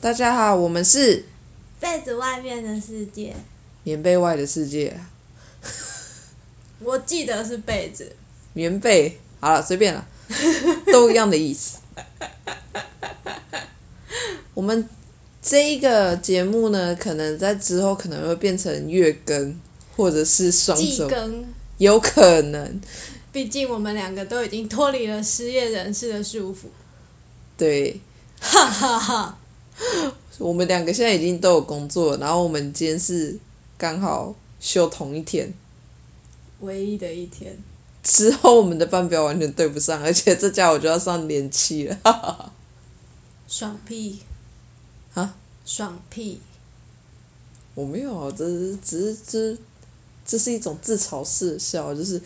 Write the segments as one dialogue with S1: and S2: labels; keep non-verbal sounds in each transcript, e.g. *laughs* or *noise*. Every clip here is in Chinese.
S1: 大家好，我们是
S2: 被子外面的世界，
S1: 棉被外的世界， *laughs*
S2: 我记得是被子。
S1: 棉被好了，随
S2: *laughs*
S1: 便了，都一样的意思。我们这一个节目呢，可能在之后可能会变成月更或者是双
S2: 季
S1: 周，
S2: 更，
S1: 有可能。
S2: *laughs* 毕竟我们两个都已经脱离了失业人士的束缚，
S1: 对
S2: 哈哈哈。
S1: 我们两个现在已经都有工作，然后我们今天是刚好休同一天。
S2: 唯一的一天，
S1: 之后我们的班表完全对不上，而且这家我就要上年期了。哈哈哈
S2: 爽屁
S1: 啊！
S2: 爽屁！
S1: 我没有，啊这是只是这这是一种自嘲式的笑，就是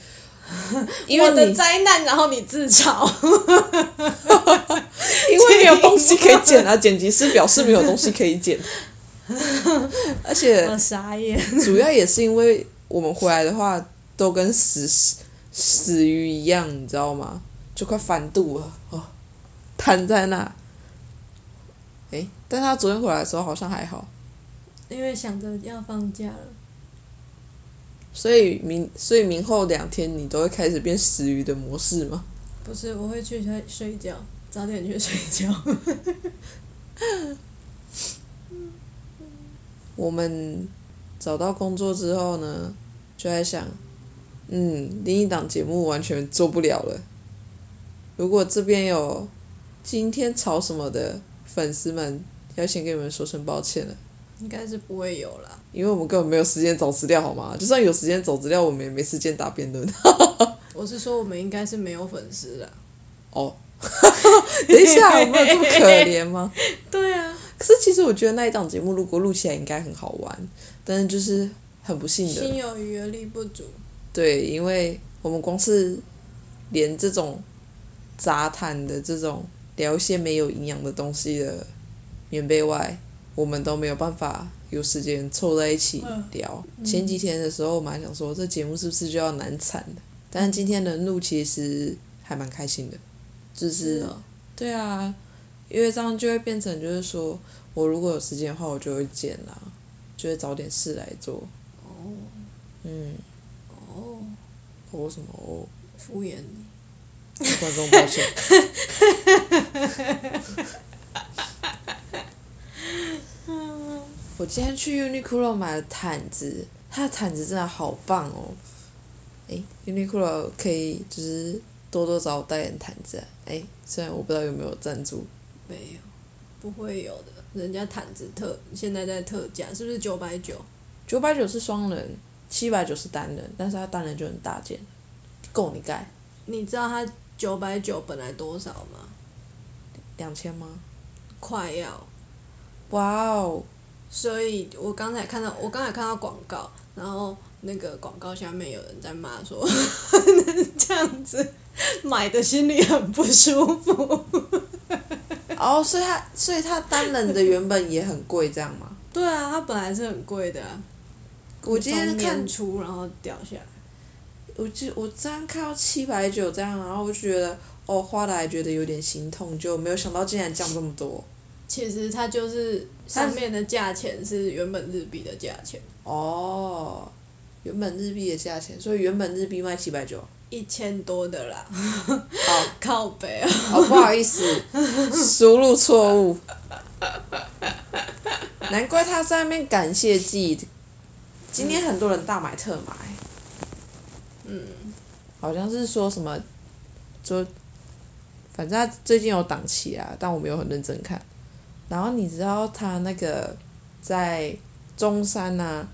S1: 因
S2: 我
S1: 为
S2: 的
S1: 你
S2: 灾难，然后你自嘲，
S1: *laughs* 因为没有东西可以剪啊，剪辑师表示没有东西可以 *laughs* 剪，而且
S2: *laughs* 我傻眼。
S1: 主要也是因为我们回来的话都跟死死鱼一样，你知道吗？就快翻肚了哦，瘫在那。诶，但他昨天回来的时候好像还好。
S2: 因为想着要放假了，
S1: 所以明所以明后两天你都会开始变死鱼的模式吗？
S2: 不是我会去睡睡觉，早点去睡觉。 *laughs*
S1: 我们找到工作之后呢，就在想，嗯，另一档节目完全做不了了。如果这边有今天吵什么的粉丝们，要先跟你们说声抱歉了，
S2: 应该是不会有啦。
S1: 因为我们根本没有时间找资料，好吗？就算有时间找资料，我们也没时间打辩论。 *laughs*
S2: 我是说，我们应该是没有粉丝啦。
S1: 哦， *laughs* 等一下，我们有这么可怜吗？
S2: 对啊，
S1: 可是其实我觉得那一档节目如果录起来应该很好玩，但是就是很不幸
S2: 心
S1: 的，
S2: 有余而力不足。
S1: 对，因为我们光是连这种杂谈的这种聊一些没有营养的东西的棉被外，我们都没有办法有时间凑在一起聊。
S2: 嗯
S1: 前几天的时候，我们还想说这节目是不是就要难产了，但是今天能录其实还蛮开心的，就是。
S2: 哦，
S1: 对啊，因为这样就会变成就是说，我如果有时间的话，我就会剪啦、就会找点事来做。
S2: 哦
S1: 嗯，
S2: 哦，
S1: 我什么哦，
S2: 敷衍你。
S1: 观众抱歉。我今天去 Uniqlo 买了毯子，它的毯子真的好棒哦。诶 u n i q l o 可以就是多多找我代言毯子、啊。诶，虽然我不知道有没有赞助，
S2: 没有，不会有的。人家毯子特现在在特价，是不是九百九？
S1: 九百九是双人，七百九是单人，但是它单人就很大件，够你盖。
S2: 你知道它九百九本来多少吗？
S1: 两千吗？
S2: 快要，
S1: 哇哦，
S2: 所以我刚才看到，我刚才看到广告，然后那个广告下面有人在骂说， *laughs* 这样子买的心里很不舒服。
S1: 哦，所以它所以它单人的原本也很贵，这样吗？
S2: 对啊，它本来是很贵的、啊。
S1: 我今天
S2: 从
S1: 看
S2: 年，初然后掉下来，
S1: 我记我这样看到七百九这样，然后我就觉得哦，花了还觉得有点心痛，就没有想到竟然降这么多。
S2: 其实它就是上面的价钱是原本日币的价钱，
S1: 哦，原本日币的价钱，所以原本日币卖七百九。
S2: 一千多的啦，
S1: 好，
S2: *laughs* 靠北啊！
S1: 哦，不好意思，输入错误。难怪他在那边感谢季，今天很多人大买特买，
S2: 嗯，
S1: 好像是说什么，就反正他最近有档期啊，但我没有很认真看。然后你知道他那个在中山呐、啊，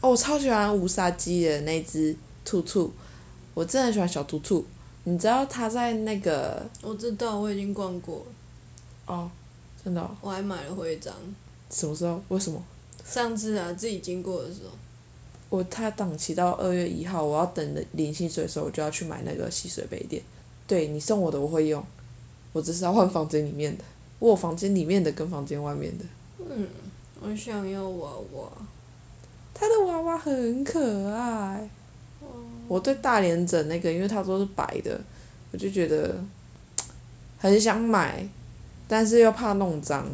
S1: 哦，我超喜欢无杀鸡的那只兔兔，我真的很喜欢小兔兔。你知道他在那个
S2: 我知道，我已经逛过了，
S1: 哦，真的、哦？
S2: 我还买了徽章。
S1: 什么时候？为什么？
S2: 上次啊，自己经过的时候，
S1: 我他档期到二月一号，我要等领薪水的时候，我就要去买那个吸水杯垫。对你送我的我会用，我只是要换房间里面的。我有房间里面的跟房间外面的。
S2: 嗯，我想要娃娃。
S1: 他的娃娃很可爱。
S2: 哦，
S1: 我对大连枕那个，因为它都是白的，我就觉得很想买，但是又怕弄脏。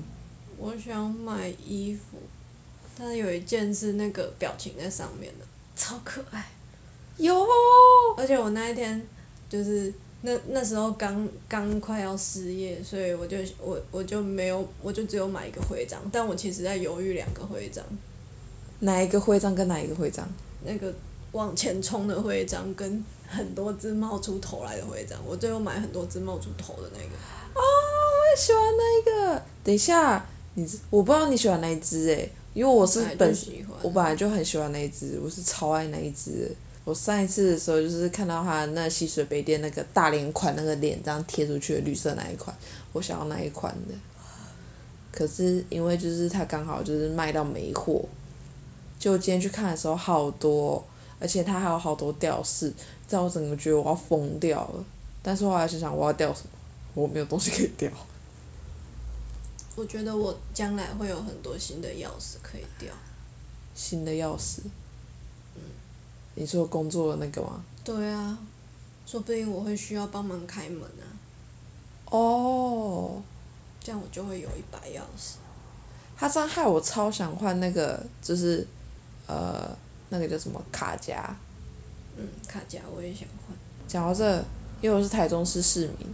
S2: 我想买衣服，但是有一件是那个表情在上面的，超可爱。
S1: 有，
S2: 而且我那一天就是那那时候刚刚快要失业，所以我就我我就没有，我就只有买一个徽章，但我其实在犹豫两个徽章，
S1: 哪一个徽章跟哪一个徽章？
S2: 那个往前冲的徽章跟很多只冒出头来的徽章，我最后买很多只冒出头的那个。
S1: 哦，我也喜欢那一个。等一下，你我不知道你喜欢哪一只哎、因为我是
S2: 本来就
S1: 本
S2: 喜欢
S1: 我本来就很喜欢那一只，我是超爱那一只的。我上一次的时候就是看到它那吸水杯垫那个大脸款那个脸这样贴出去的绿色那一款，我想要那一款的。可是因为就是它刚好就是卖到没货，就我今天去看的时候好多哦、而且它还有好多吊饰，让我整个觉得我要疯掉了。但是后来想想我要吊什么，我没有东西可以吊。 *laughs*
S2: 我觉得我将来会有很多新的钥匙可以掉。
S1: 新的钥匙。你说工作的那个吗？
S2: 对啊，说不定我会需要帮忙开门啊，
S1: 哦，
S2: 这样我就会有一把钥匙。
S1: 他这样害我超想换那个，就是呃，那个叫什么卡夹。
S2: 嗯，卡夹我也想换。
S1: 讲到这，因为我是台中市市民，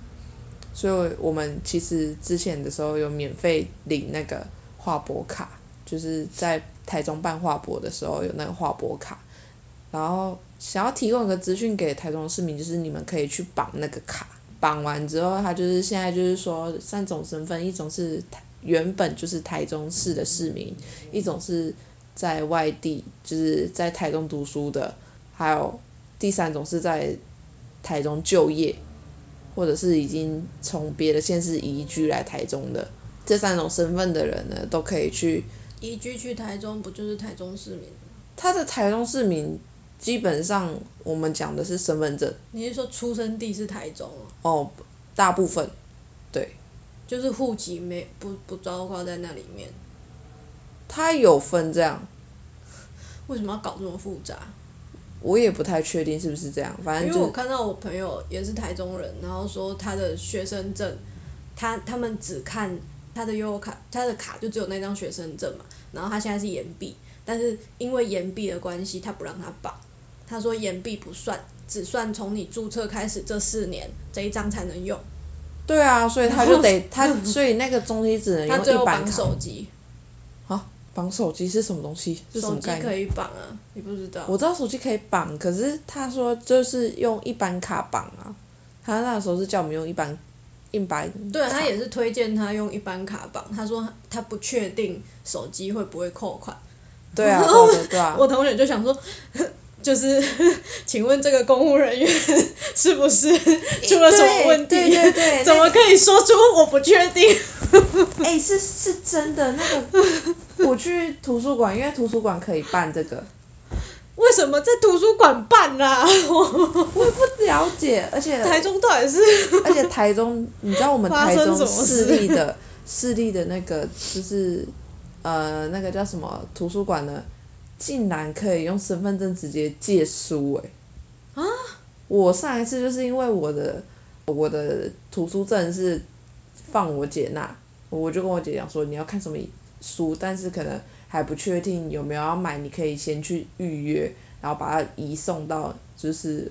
S1: 所以我们其实之前的时候有免费领那个画博卡，就是在台中办画博的时候有那个画博卡。然后想要提供一个资讯给台中市民，就是你们可以去绑那个卡，绑完之后，它就是现在就是说三种身份，一种是台原本就是台中市的市民，一种是在外地，就是在台中读书的，还有第三种是在台中就业，或者是已经从别的县市移居来台中的这三种身份的人呢，都可以去。
S2: 移居，E 去台中，不就是台中市民？
S1: 他的台中市民基本上我们讲的是身份证
S2: 你是说出生地是台中哦？
S1: 哦，大部分
S2: 就是户籍没不不包括在那里面，
S1: 他有分这样，
S2: 为什么要搞这么复杂？
S1: 我也不太确定是不是这样，反
S2: 因
S1: 正
S2: 为我
S1: 就
S2: 看到我朋友也是台中人，然后说他的学生证，他他们只看他的悠游卡，他的卡就只有那张学生证嘛。然后他现在是延毕，但是因为延毕的关系，他不让他绑。他说延毕不算，只算从你注册开始这四年这一张才能用。
S1: 对啊，所以他就得
S2: *laughs*
S1: 他，所以那个东西只能
S2: 他最
S1: 用
S2: 后
S1: 一般
S2: 绑
S1: 卡。
S2: 手机，
S1: 绑手机是什么东西？是什
S2: 手
S1: 么
S2: 机
S1: 概念？
S2: 可以绑啊，你不知道？
S1: 我知道手机可以绑，可是他说就是用一般卡绑啊。他那时候是叫我们用一般一般卡，
S2: 对啊他也是推荐他用一般卡绑，他说他不确定手机会不会扣款。
S1: 对
S2: *laughs*
S1: 啊，对啊对啊，
S2: 我同学就想说， *laughs* 就是 *laughs* 请问这个公务人员是不是
S1: 哎
S2: 出了什么问
S1: 对
S2: 题？ *laughs*
S1: 对对对，
S2: 怎么可以说出我不确定？
S1: 那哎、是是真的那个， *laughs* 我去图书馆，因为图书馆可以办这
S2: *laughs*
S1: 个，
S2: 为什么在图书馆办啦、
S1: 我也不了解，而且
S2: *laughs* 台中到底是
S1: 而且台中，你知道我们台
S2: 发生
S1: 中
S2: 什么
S1: 市
S2: 事
S1: 立的市立的那个就是呃那个叫什么图书馆呢，竟然可以用身份证直接借书哎、
S2: 啊！
S1: 我上一次就是因为我的我的图书证是放我姐那，我就跟我姐讲说你要看什么书，但是可能还不确定有没有要买，你可以先去预约，然后把它移送到就是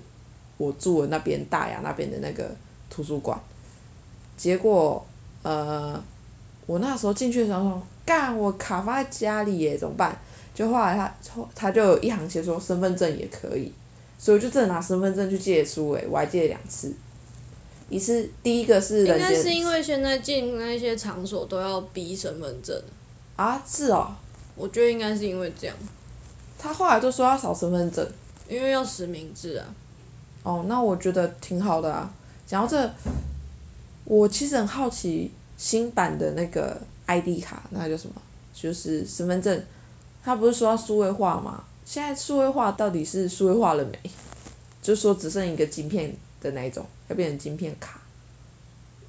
S1: 我住的那边大雅那边的那个图书馆。结果呃，我那时候进去的时候说，干我卡放在家里耶，怎么办？就后来他后他就有一行写说身份证也可以，所以我就真的拿身份证去借书诶，我还借了两次，一次第一个是
S2: 应
S1: 人
S2: 该是
S1: 间
S2: 因为现在进那些场所都要逼身份证，
S1: 啊是哦，
S2: 我觉得应该是因为这样，
S1: 他后来就说要扫身份证。
S2: 因为要实名制啊。
S1: 哦，那我觉得挺好的啊。讲到这，我其实很好奇新版的那个 ID 卡，那叫什么？就是身份证，它不是说要数位化吗？现在数位化到底是数位化了没？就说只剩一个晶片的那一种，要变成晶片卡。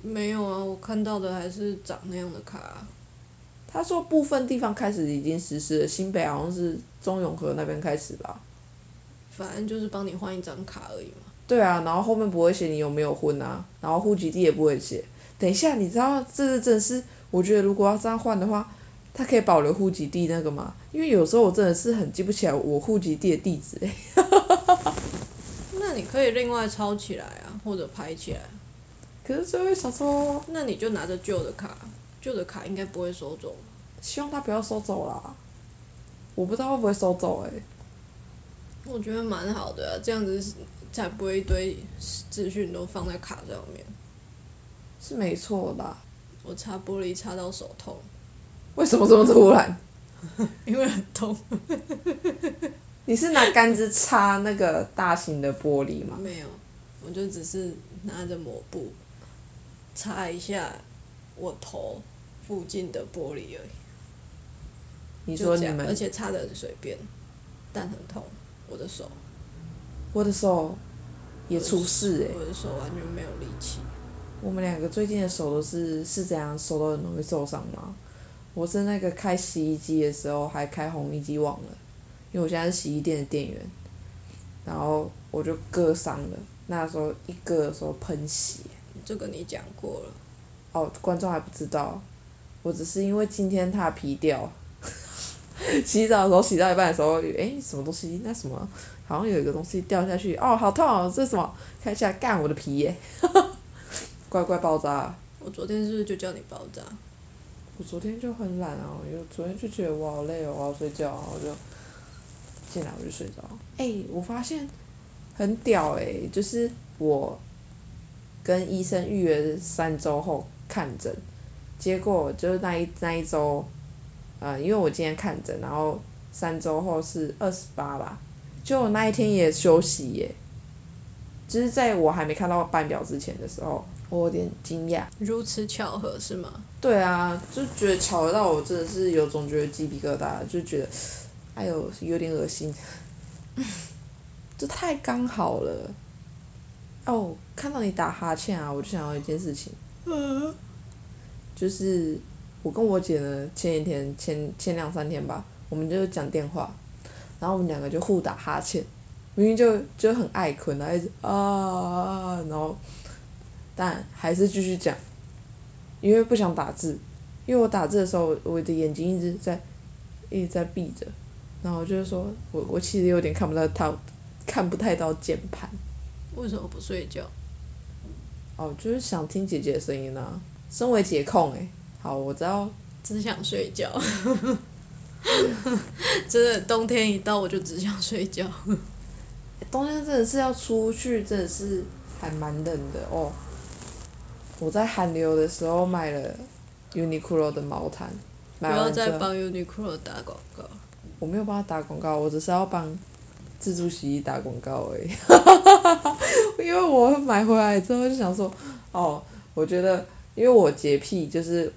S2: 没有啊，我看到的还是长那样的卡啊、
S1: 他说部分地方开始已经实施了，新北好像是中永和那边开始吧。
S2: 反正就是帮你换一张卡而已嘛。
S1: 对啊，然后后面不会写你有没有婚啊，然后户籍地也不会写，等一下，你知道这个真的是，我觉得如果要这样换的话，它可以保留户籍地那个吗？因为有时候我真的是很记不起来我户籍地的地址哎、
S2: 那你可以另外抄起来啊，或者拍起来。
S1: *laughs* 可是最后想说，
S2: 那你就拿着旧的卡，旧的卡应该不会收走。
S1: 希望他不要收走啦。我不知道会不会收走哎、
S2: 我觉得蛮好的、啊，这样子才不会一堆资讯都放在卡上面。
S1: 是没错啦。
S2: 我擦玻璃擦到手痛， *laughs*
S1: 为什么这么突然？
S2: 因为很痛。
S1: 你是拿杆子擦那个大型的玻璃吗？
S2: 没有，我就只是拿着抹布擦一下我头附近的玻璃而已。
S1: 你
S2: 你
S1: 说你
S2: 而
S1: 们，
S2: 且擦的很随便，但很痛，我的手，
S1: 我的手也出事哎、
S2: 我的手完全没有力气。
S1: 我们两个最近的手都是是怎样，手都很容易受伤吗？我是那个开洗衣机的时候还开烘衣机忘了，因为我现在是洗衣店的店员，然后我就割伤了。那时候一割的时候喷血，
S2: 这个你讲过了，
S1: 哦，观众还不知道，我只是因为今天它皮掉， *laughs* 洗澡的时候洗到一半的时候，诶，什么东西？那什么，好像有一个东西掉下去，哦，好痛哦，这是什么？看一下，干我的皮耶， *laughs* 乖乖爆炸了。
S2: 我昨天是不是就叫你包扎？
S1: 我昨天就很懒啊，我就昨天就觉得我好累哦，我要睡觉啊，我就进来我就睡着。哎、我发现很屌哎、就是我跟医生预约三周后看诊，结果就是那一那一周，呃，因为我今天看诊，然后三周后是二十八吧，就我那一天也休息耶、就是在我还没看到半表之前的时候，我有点惊讶。
S2: 如此巧合是吗？
S1: 对啊，就觉得巧合到我真的是有种觉得鸡皮疙瘩，就觉得，哎呦，有点恶心， *laughs* 这太刚好了。哦，看到你打哈欠啊，我就想到一件事情，
S2: 嗯，
S1: 就是我跟我姐呢，前几天前前两三天吧，我们就讲电话，然后我们两个就互打哈欠，明明就就很爱困，然后一直啊啊，啊然后但还是继续讲，因为不想打字，因为我打字的时候，我的眼睛一直在一直在闭着，然后就是说我我其实有点看不到他，看不太到键盘，
S2: 为什么不睡觉？
S1: 哦，就是想听姐姐的声音啊，身为姐控哎、好，我知道。
S2: 只想睡觉。 *laughs* 真的，冬天一到我就只想睡觉。
S1: 冬天真的是要出去，真的是还蛮冷的哦。我在寒流的时候买了 Uniqlo 的毛毯，
S2: 不
S1: 买
S2: 要
S1: 完之
S2: 再
S1: 后
S2: 帮 Uniqlo 打广告。
S1: 我没有帮他打广告，我只是要帮自助洗衣打广告而已。 *laughs* 因为我买回来之后就想说，哦，我觉得因为我洁癖，就是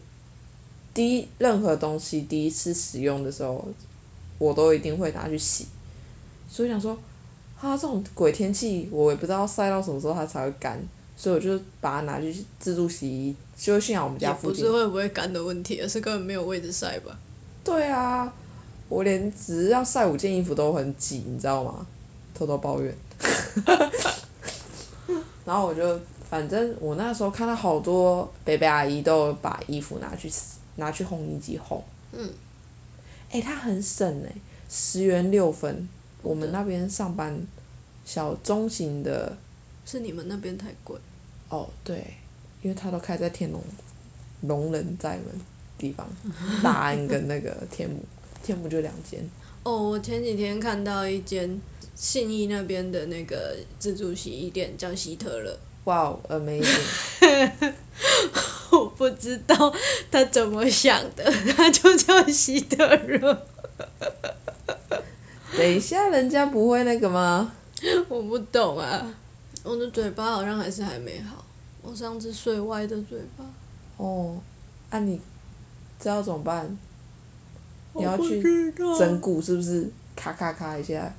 S1: 第一任何东西第一次使用的时候，我都一定会拿去洗，所以想说，它、这种鬼天气，我也不知道晒到什么时候它才会干，所以我就把它拿去自助洗衣，就幸好我们
S2: 也
S1: 家附
S2: 不
S1: 近
S2: 是会不会干的问题，而是根本没有位置晒吧。
S1: 对啊，我连只要晒五件衣服都很挤，你知道吗？偷偷抱怨。 *laughs* 然后我就，反正我那时候看到好多北北阿姨都有把衣服拿去拿去烘衣机烘。
S2: 嗯。
S1: 哎、她很省哎、十元六分。我们那边上班小中型的
S2: 是你们那边太贵，
S1: 哦，对，因为他都开在天龙龙人在门地方，大安跟那个天母，天母就两间。
S2: 哦，我前几天看到一间信义那边的那个自助洗衣店叫希特勒，
S1: 哇、wow, amazing！
S2: 我不知道他怎么想的， *laughs* 他就叫希特勒，
S1: 等一下，人家不会那个吗？
S2: 我不懂啊。我的嘴巴好像还是还没好，我上次睡歪的嘴巴。
S1: 哦，啊，你知道怎么办？你
S2: 我
S1: 要
S2: 不
S1: 去
S2: 知道
S1: 整骨是不是？咔咔咔一下，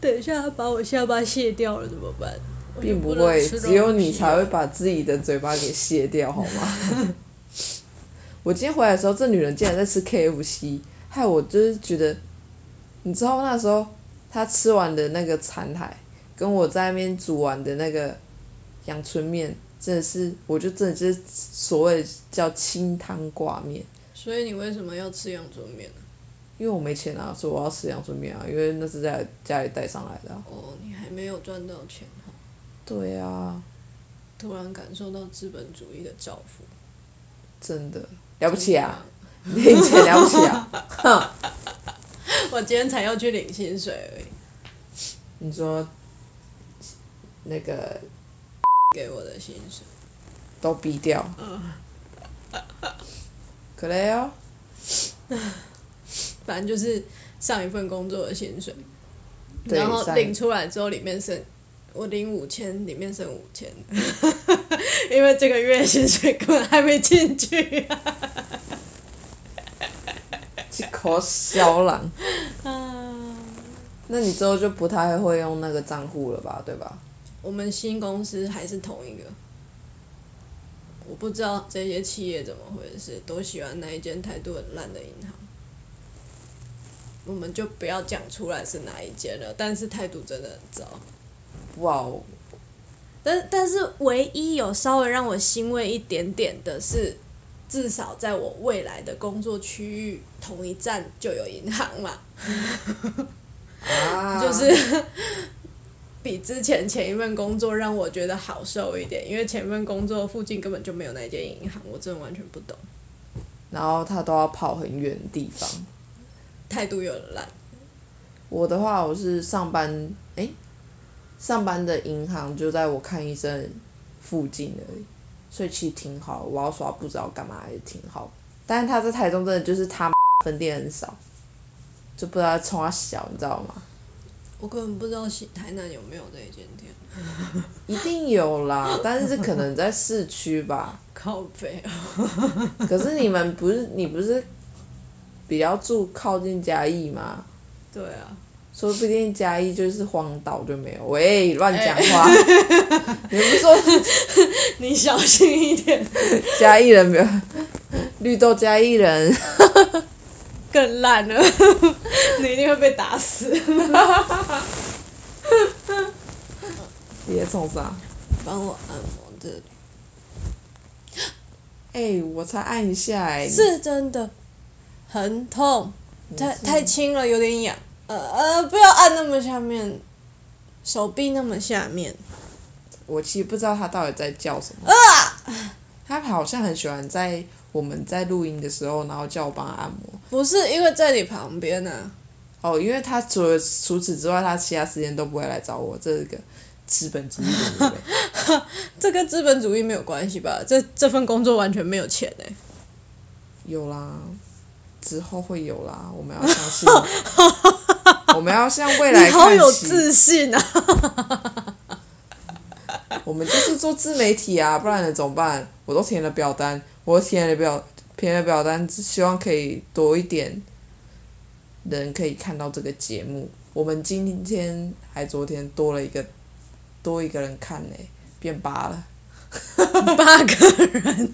S2: 等一下他把我下巴卸掉了怎么办？我就
S1: 并不
S2: 能
S1: 会，
S2: 吃
S1: 只有
S2: 东
S1: 你
S2: 西啊
S1: 才
S2: 了
S1: 会把自己的嘴巴给卸掉，好
S2: *laughs*
S1: 吗？ *laughs* 我今天回来的时候，这女人竟然在吃 KFC，害我就是觉得，你知道那时候她吃完的那个残骸，跟我在那边煮完的那个阳春面真的是，我就真的就是所谓叫清汤挂面，
S2: 所以你为什么要吃阳春面呢？
S1: 因为我没钱啊，所以我要吃阳春面啊，因为那是在家里带上来的、啊。
S2: 哦，你还没有赚到钱哦，
S1: 对啊，
S2: 突然感受到资本主义的造福，
S1: 真的了不起啊！ *laughs* 你以前了不起啊！
S2: 我今天才要去领薪水而已，
S1: 你说那个
S2: 给我的薪水。
S1: 都逼掉。
S2: 哦
S1: 可嘞哦，
S2: 反正就是上一份工作的薪水，
S1: 对
S2: 然后
S1: 上一
S2: 领出来之后里面剩我领五千，里面剩五千， *laughs* 因为这个月薪水根本还没进去、啊。
S1: 这口小狼。那你之后就不太会用那个账户了吧？对吧？
S2: 我们新公司还是同一个，我不知道这些企业怎么回事，都喜欢那一间态度很烂的银行。我们就不要讲出来是哪一间了，但是态度真的很糟。
S1: 哇哦，
S2: 但但是唯一有稍微让我欣慰一点点的是，至少在我未来的工作区域，同一站就有银行嘛，
S1: 啊，
S2: 就是 *laughs* 比之前前一份工作让我觉得好受一点，因为前一份工作附近根本就没有那间银行，我真的完全不懂，
S1: 然后他都要跑很远的地方。
S2: 态度有点烂，
S1: 我的话，我是上班，哎，上班的银行就在我看医生附近而已，所以其实挺好。我要刷不知道干嘛也挺好，但是他在台中真的就是他分店很少，就不知道冲他小，你知道吗？
S2: 我根本不知道西台南有没有这一间店，
S1: 一定有啦，但是可能在市区吧。
S2: 靠北啊，
S1: 可是你们不是你不是比较住靠近嘉义吗？
S2: 对啊， *laughs*
S1: 说不定嘉义就是荒岛就没有。喂，乱讲话！你不是说
S2: 你小心一点，
S1: 嘉义人没有？绿豆嘉义人，
S2: 更烂了， *laughs* 你一定会被打死。
S1: 别冲啥？
S2: 帮我按摩这里，
S1: 哎、我才按一下哎、
S2: 是真的很痛，
S1: 你
S2: 太
S1: 是
S2: 太轻了，有点痒。呃呃，不要按那么下面，手臂那么下面。
S1: 我其实不知道他到底在叫什么。
S2: 啊
S1: 他好像很喜欢在我们在录音的时候，然后叫我帮他按摩。
S2: 不是因为在你旁边啊，
S1: 哦，因为他除了除此之外，他其他时间都不会来找我，这是个资本主义的女人。
S2: *laughs* 这跟资本主义没有关系吧？这这份工作完全没有钱哎、
S1: 有啦，之后会有啦，我们要相
S2: *laughs*
S1: 信，我们要向未来
S2: 你好
S1: 看
S2: 有
S1: 齐。
S2: 自信 *laughs* 啊！
S1: 我们就是做自媒体啊，不然能怎么办？我都填了表单，我填了表填了表单，希望可以多一点人可以看到这个节目。我们今天还昨天多了一个多一个人看呢、变八了，
S2: 八个人，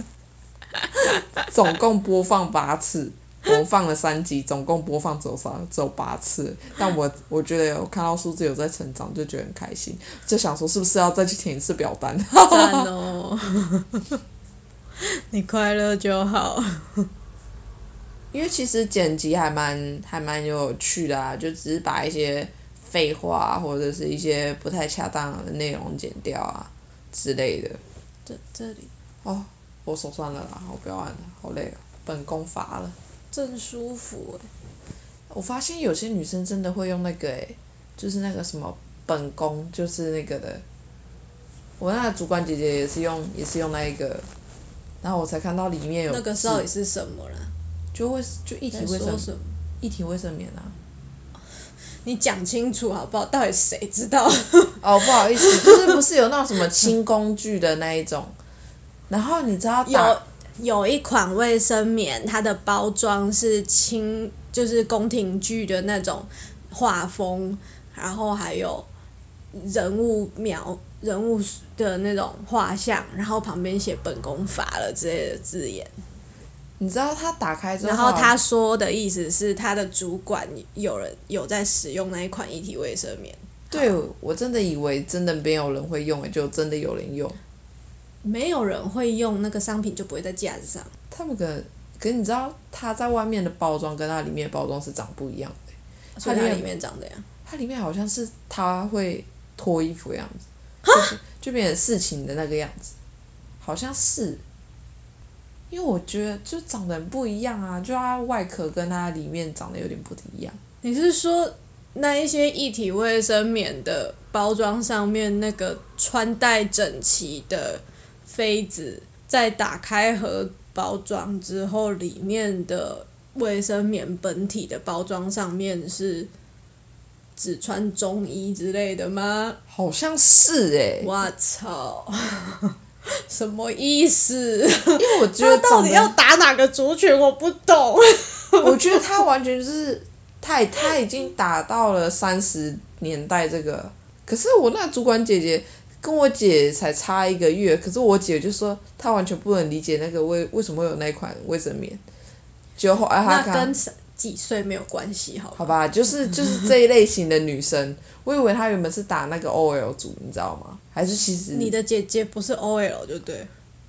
S1: 总共播放八次。我们放了三集，总共播放只有三，只有八次。但我我觉得有看到数字有在成长，就觉得很开心，就想说是不是要再去填一次表单？ *laughs*
S2: 赞哦！ *laughs* 你快乐就好。
S1: 因为其实剪辑还蛮还蛮有趣的啊，就只是把一些废话啊或者是一些不太恰当的内容剪掉啊之类的。
S2: 这这里
S1: 哦，我手酸了啦，我不要按了，好累哦，本宫乏了。
S2: 正舒服哎、
S1: 我发现有些女生真的会用那个诶、欸就是那个什么本宫，就是那个的。我那个主管姐姐也是用，也是用那一个，然后我才看到里面有
S2: 那个
S1: 字
S2: 到底是什么啦？
S1: 就会就一体
S2: 在
S1: 卫生
S2: 说什么？
S1: 一体卫生棉啊。
S2: 你讲清楚好不好？到底谁知 *laughs* 道？
S1: 哦，不好意思， *laughs* 就是不是有那种什么轻工具的那一种，然后你知道打
S2: 有有一款卫生棉，它的包装是轻，就是宫廷剧的那种画风，然后还有人物描人物的那种画像，然后旁边写“本宫法了”之类的字眼。
S1: 你知道它打开之后，
S2: 然后他说的意思是，他的主管有人有在使用那一款一体卫生棉。
S1: 对我真的以为真的没有人会用，就真的有人用，
S2: 没有人会用那个商品，就不会在架子上。
S1: 他们可能，可是你知道它在外面的包装跟它里面的包装是长不一样的，
S2: 所以它里面长这样。
S1: 它里面好像是它会脱衣服的样子，就是就变成事情的那个样子，好像是。因为我觉得就长得很不一样啊，就它外壳跟它里面长得有点不一样。
S2: 你是说那一些一体卫生棉的包装上面那个穿戴整齐的妃子，在打开盒包装之后，里面的卫生棉本体的包装上面是只穿中衣之类的吗？
S1: 好像是哎、
S2: 我操， *laughs* 什么意思？
S1: 因为我觉
S2: 他 *laughs*
S1: 得
S2: 到
S1: 长
S2: 底要
S1: 得，
S2: 打哪个族群？我不懂。
S1: 我觉得它完全就是太它已经打到了三十年代这个。可是我那主管姐姐跟我姐才差一个月，可是我姐就说她完全不能理解那个为为什么会有那一款卫生棉。就后来她
S2: 那
S1: 看
S2: 跟几岁没有关系，好吧？
S1: 好
S2: *laughs*
S1: 吧，就是就是这一类型的女生，我以为她原本是打那个 OL 组，你知道吗？还是其实
S2: 你的姐姐不是 OL 就对，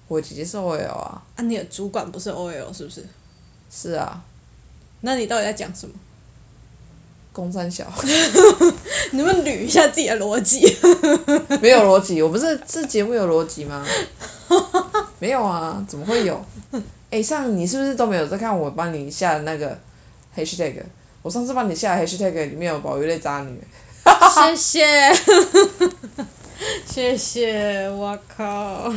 S1: 我姐姐是 OL 啊，
S2: 啊，你的主管不是 OL 是不是？
S1: 是啊，
S2: 那你到底在讲什么？ *laughs*
S1: 公三小
S2: 你们捋一下自己的逻辑。
S1: *laughs* 没有逻辑，我不是这节目有逻辑吗？没有啊，怎么会有？哎、上你是不是都没有在看我帮你下的那个 hashtag？我上次帮你下的 hashtag 里面有保育类渣女，
S2: 谢谢， *laughs* 谢谢，我靠，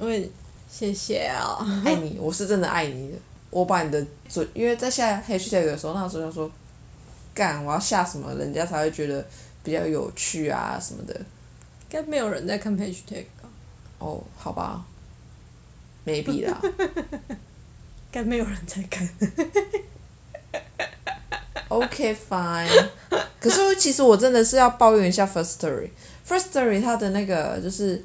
S2: 问谢谢啊、
S1: 爱你，我是真的爱你的。我把你的嘴，因为在下 hashtag 的时候，那时候想说，干，我要下什么，人家才会觉得比较有趣啊什么的。
S2: 应该没有人在看 page tag，吧
S1: 哦，好吧，maybe 啦。
S2: 应该没有人在看。
S1: OK fine。可 *laughs* 是其实我真的是要抱怨一下 First Story。First Story 它的那个就是，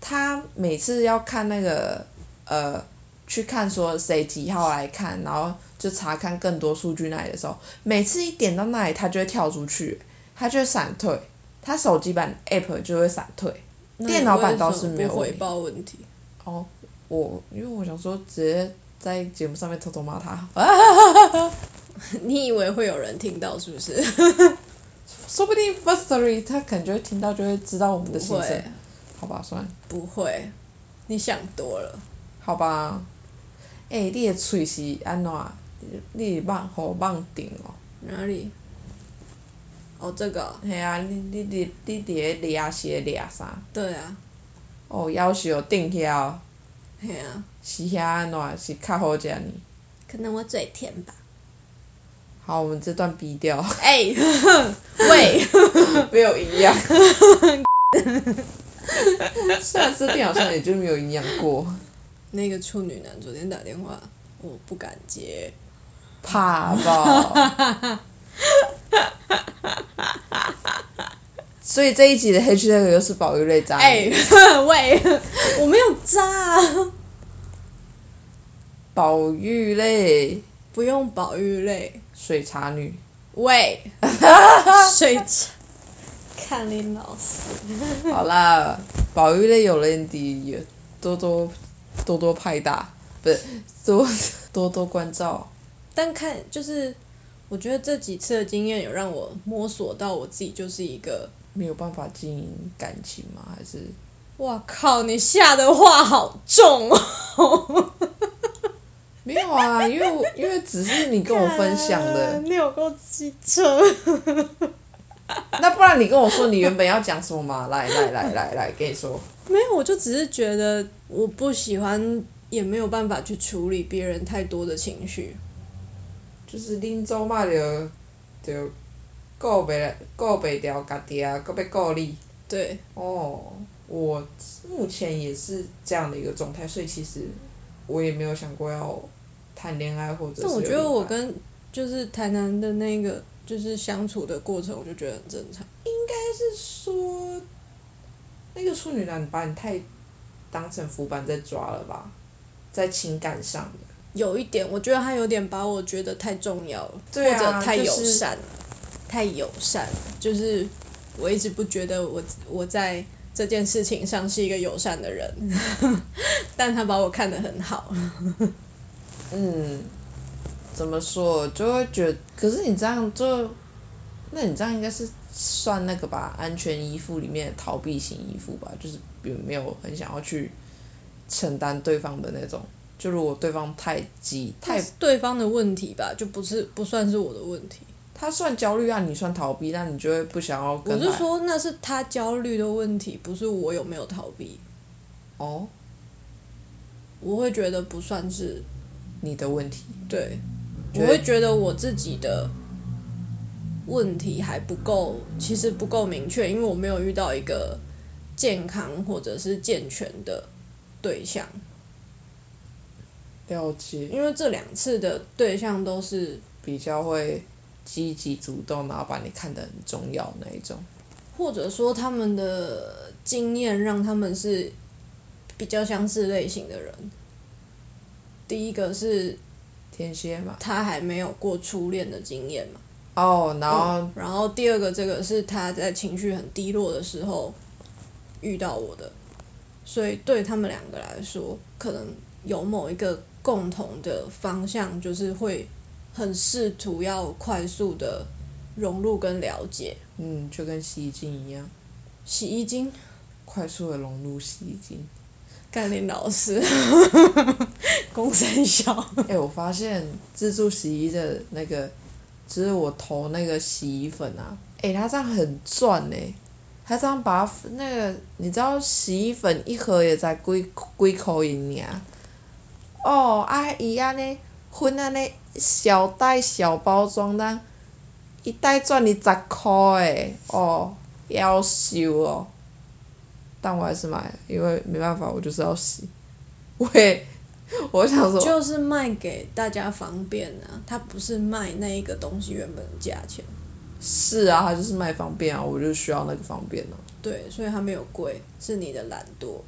S1: 他每次要看那个呃，去看说谁几号来看，然后就查看更多数据那里的时候，每次一点到那里，它就会跳出去，它就会闪退，它手机版 App 就会闪退。
S2: 那
S1: 电脑版倒是
S2: 你
S1: 没
S2: 为
S1: 有
S2: 什么不
S1: 问
S2: 回
S1: 题
S2: 报问题，
S1: 哦，我因为我想说直接在节目上面偷偷骂他，呃
S2: 你以为会有人听到是不是？
S1: 说不定 First Story 他感觉听到就会知道我们
S2: 不
S1: 的心声
S2: 会。，
S1: 好吧，算了
S2: 不会，你想多了。
S1: 好吧。诶，你的喙是安怎？你是放互放顶哦？
S2: 哪里？哦，这个哦、
S1: 嘿啊，你你你你伫咧掠是咧掠啥？
S2: 对啊，
S1: 哦，夭寿顶遐哦，
S2: 嘿啊，
S1: 是遐安怎？是较好食呢？
S2: 可能我嘴甜吧。
S1: 好，我们这段逼掉，
S2: 哎、喂，
S1: *laughs* 没有营养。上次电好像也就没有营养过，
S2: 那个处女男昨天打电话，我不敢接。
S1: 怕吧？
S2: *laughs*
S1: 所以这一集的 hashtag 又是保育类渣女。
S2: 哎、 *laughs* 喂，我没有渣、啊，
S1: 宝玉类
S2: 不用保育类。
S1: 水茶女，
S2: 喂， *laughs* 睡着，看你老师。
S1: 好啦，宝玉类有了你也多多多多派大，不是多 *laughs* 多多关照。
S2: 但看就是，我觉得这几次的经验有让我摸索到我自己就是一个
S1: 没有办法经营感情吗？还是
S2: 哇靠！你下的话好重哦。
S1: 没有啊？因为我因为只是你跟我分享
S2: *laughs*
S1: 的，
S2: 你有够机车。
S1: 那不然你跟我说你原本要讲什么嘛？来来来来来，跟你说，
S2: 没有，我就只是觉得我不喜欢，也没有办法去处理别人太多的情绪。
S1: 就是恁祖妈着着顾袂顾袂掉家己啊，搁要顾你。
S2: 对，
S1: 哦，我目前也是这样的一个状态，所以其实我也没有想过要谈恋爱或者是有另一
S2: 但我
S1: 半。
S2: 觉得我跟就是台南的那个就是相处的过程，我就觉得很正常。
S1: 是说那个处女男把你太当成浮板在抓了吧，在情感上的。
S2: 有一点，我觉得他有点把我觉得太重要了，
S1: 对啊
S2: 或者太友
S1: 就是
S2: 善了，太友善了。就是我一直不觉得我我在这件事情上是一个友善的人， *laughs* 但他把我看得很好。
S1: 嗯，怎么说就会觉可是你这样就，那你这样应该是算那个吧，安全依附里面的逃避型依附吧，就是比如没有很想要去承担对方的那种，就如果对方太急太
S2: 那是对方的问题吧，就不是不算是我的问题。
S1: 他算焦虑啊，你算逃避，那你就会不想要
S2: 我
S1: 跟他。
S2: 是说那是他焦虑的问题，不是我有没有逃避。
S1: 哦，
S2: 我会觉得不算是
S1: 你的问题，
S2: 对，
S1: 觉得
S2: 我会觉得我自己的问题还不够，其实不够明确，因为我没有遇到一个健康或者是健全的对象。
S1: 了解，
S2: 因为这两次的对象都是，
S1: 比较会积极主动，然后把你看得很重要那一种。
S2: 或者说他们的经验让他们是比较相似类型的人。第一个是
S1: 天蝎嘛，
S2: 他还没有过初恋的经验嘛，
S1: 哦，然后
S2: 嗯然后第二个这个是他在情绪很低落的时候遇到我的，所以对他们两个来说，可能有某一个共同的方向，就是会很试图要快速的融入跟了解。
S1: 嗯，就跟洗衣精一样，
S2: 洗衣精
S1: 快速的融入洗衣精。
S2: 干林老师，公三小，
S1: *laughs* 哎、我发现自助洗衣的那个，就是我投那个洗衣粉啊，哎、它这样很赚哎、它这样把它那个，你知道洗衣粉一盒也才几几块银尔，哦，啊伊安尼分安尼小袋小包装咱一袋赚你十块哎，哦，夭寿哦，但我还是买了，因为没办法，我就是要洗， *laughs* 我也我想说，
S2: 就是卖给大家方便啊，他不是卖那一个东西原本的价钱，
S1: 是啊，他就是卖方便啊，我就需要那个方便啊。
S2: 对，所以它没有贵，是你的懒惰。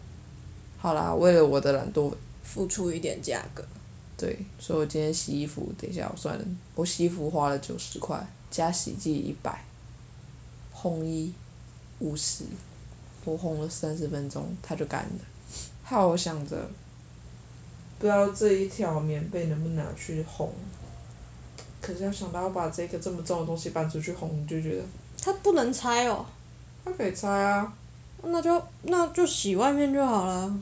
S1: 好啦，为了我的懒惰，
S2: 付出一点价格。
S1: 对，所以我今天洗衣服，等一下我算了，我洗衣服花了九十块，加洗剂一百，烘衣五十，我烘了三十分钟，它就干了。害我想着，不知道这一条棉被能不能拿去烘，可是要想到要把这个这么重的东西搬出去烘，就觉得
S2: 它不能拆哦，
S1: 它可以拆啊，
S2: 那就那就洗外面就好了。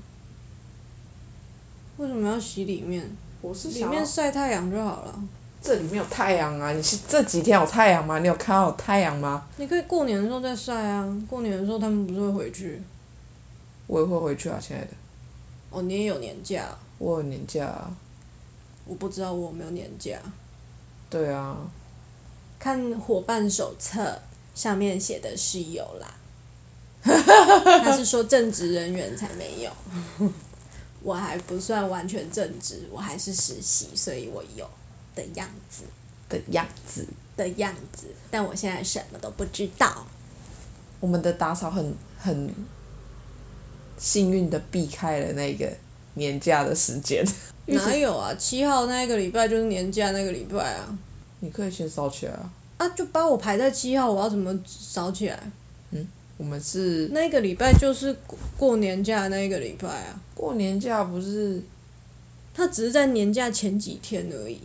S2: 为什么要洗里面？
S1: 我是
S2: 里
S1: 想要
S2: 面晒太阳就好了。
S1: 这里没有太阳啊！你是这几天有太阳吗？你有看到有太阳吗？
S2: 你可以过年的时候再晒啊，过年的时候他们不是会回去？
S1: 我也会回去啊，亲爱的，
S2: 哦，你也有年假啊，
S1: 我有年假啊。
S2: 我不知道我有没有年假。
S1: 对啊，
S2: 看伙伴手册上面写的是有 *laughs* 啦，他是说正职人员才没有，我还不算完全正职，我还是实习，所以我有的样子。
S1: 的样子。
S2: 的样子，但我现在什么都不知道。
S1: 我们的打扫很很幸运的避开了那个年假的时间。因为
S2: 哪有啊？七号那一个礼拜就是年假那个礼拜啊，
S1: *laughs* 你可以先烧起来啊。
S2: 啊就把我排在七号，我要怎么扫起来？
S1: 我们是
S2: 那一个礼拜就是过过年假的那一个礼拜啊，
S1: 过年假不是
S2: 他只是在年假前几天而已，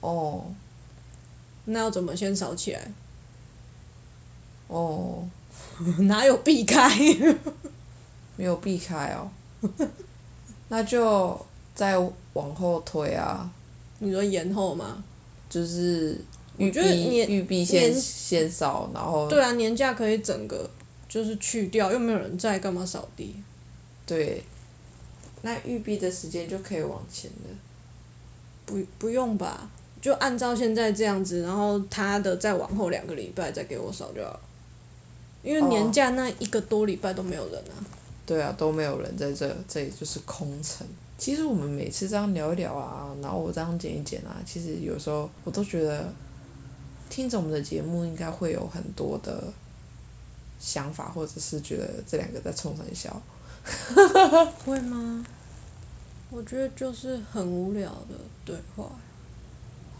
S1: 哦
S2: 那要怎么先扫起来？ *laughs*
S1: 哦
S2: 哪有避开？ *laughs*
S1: 没有避开哦， *laughs* 那就再往后推啊，
S2: 你说延后吗？
S1: 就是
S2: 我
S1: 玉
S2: 觉得
S1: 璧
S2: 年
S1: 玉璧先
S2: 年
S1: 先烧，然后
S2: 对啊，年假可以整个就是去掉，又没有人在，干嘛扫地？
S1: 对，那玉璧的时间就可以往前了。
S2: 不不用吧，就按照现在这样子，然后他的再往后两个礼拜再给我扫就好了。因为年假那一个多礼拜都没有人啊，
S1: 对啊，都没有人在这，这里就是空城。其实我们每次这样聊一聊啊，然后我这样剪一剪啊，其实有时候我都觉得，听着我们的节目应该会有很多的想法，或者是觉得这两个在冲很小。
S2: 会吗？我觉得就是很无聊的对话，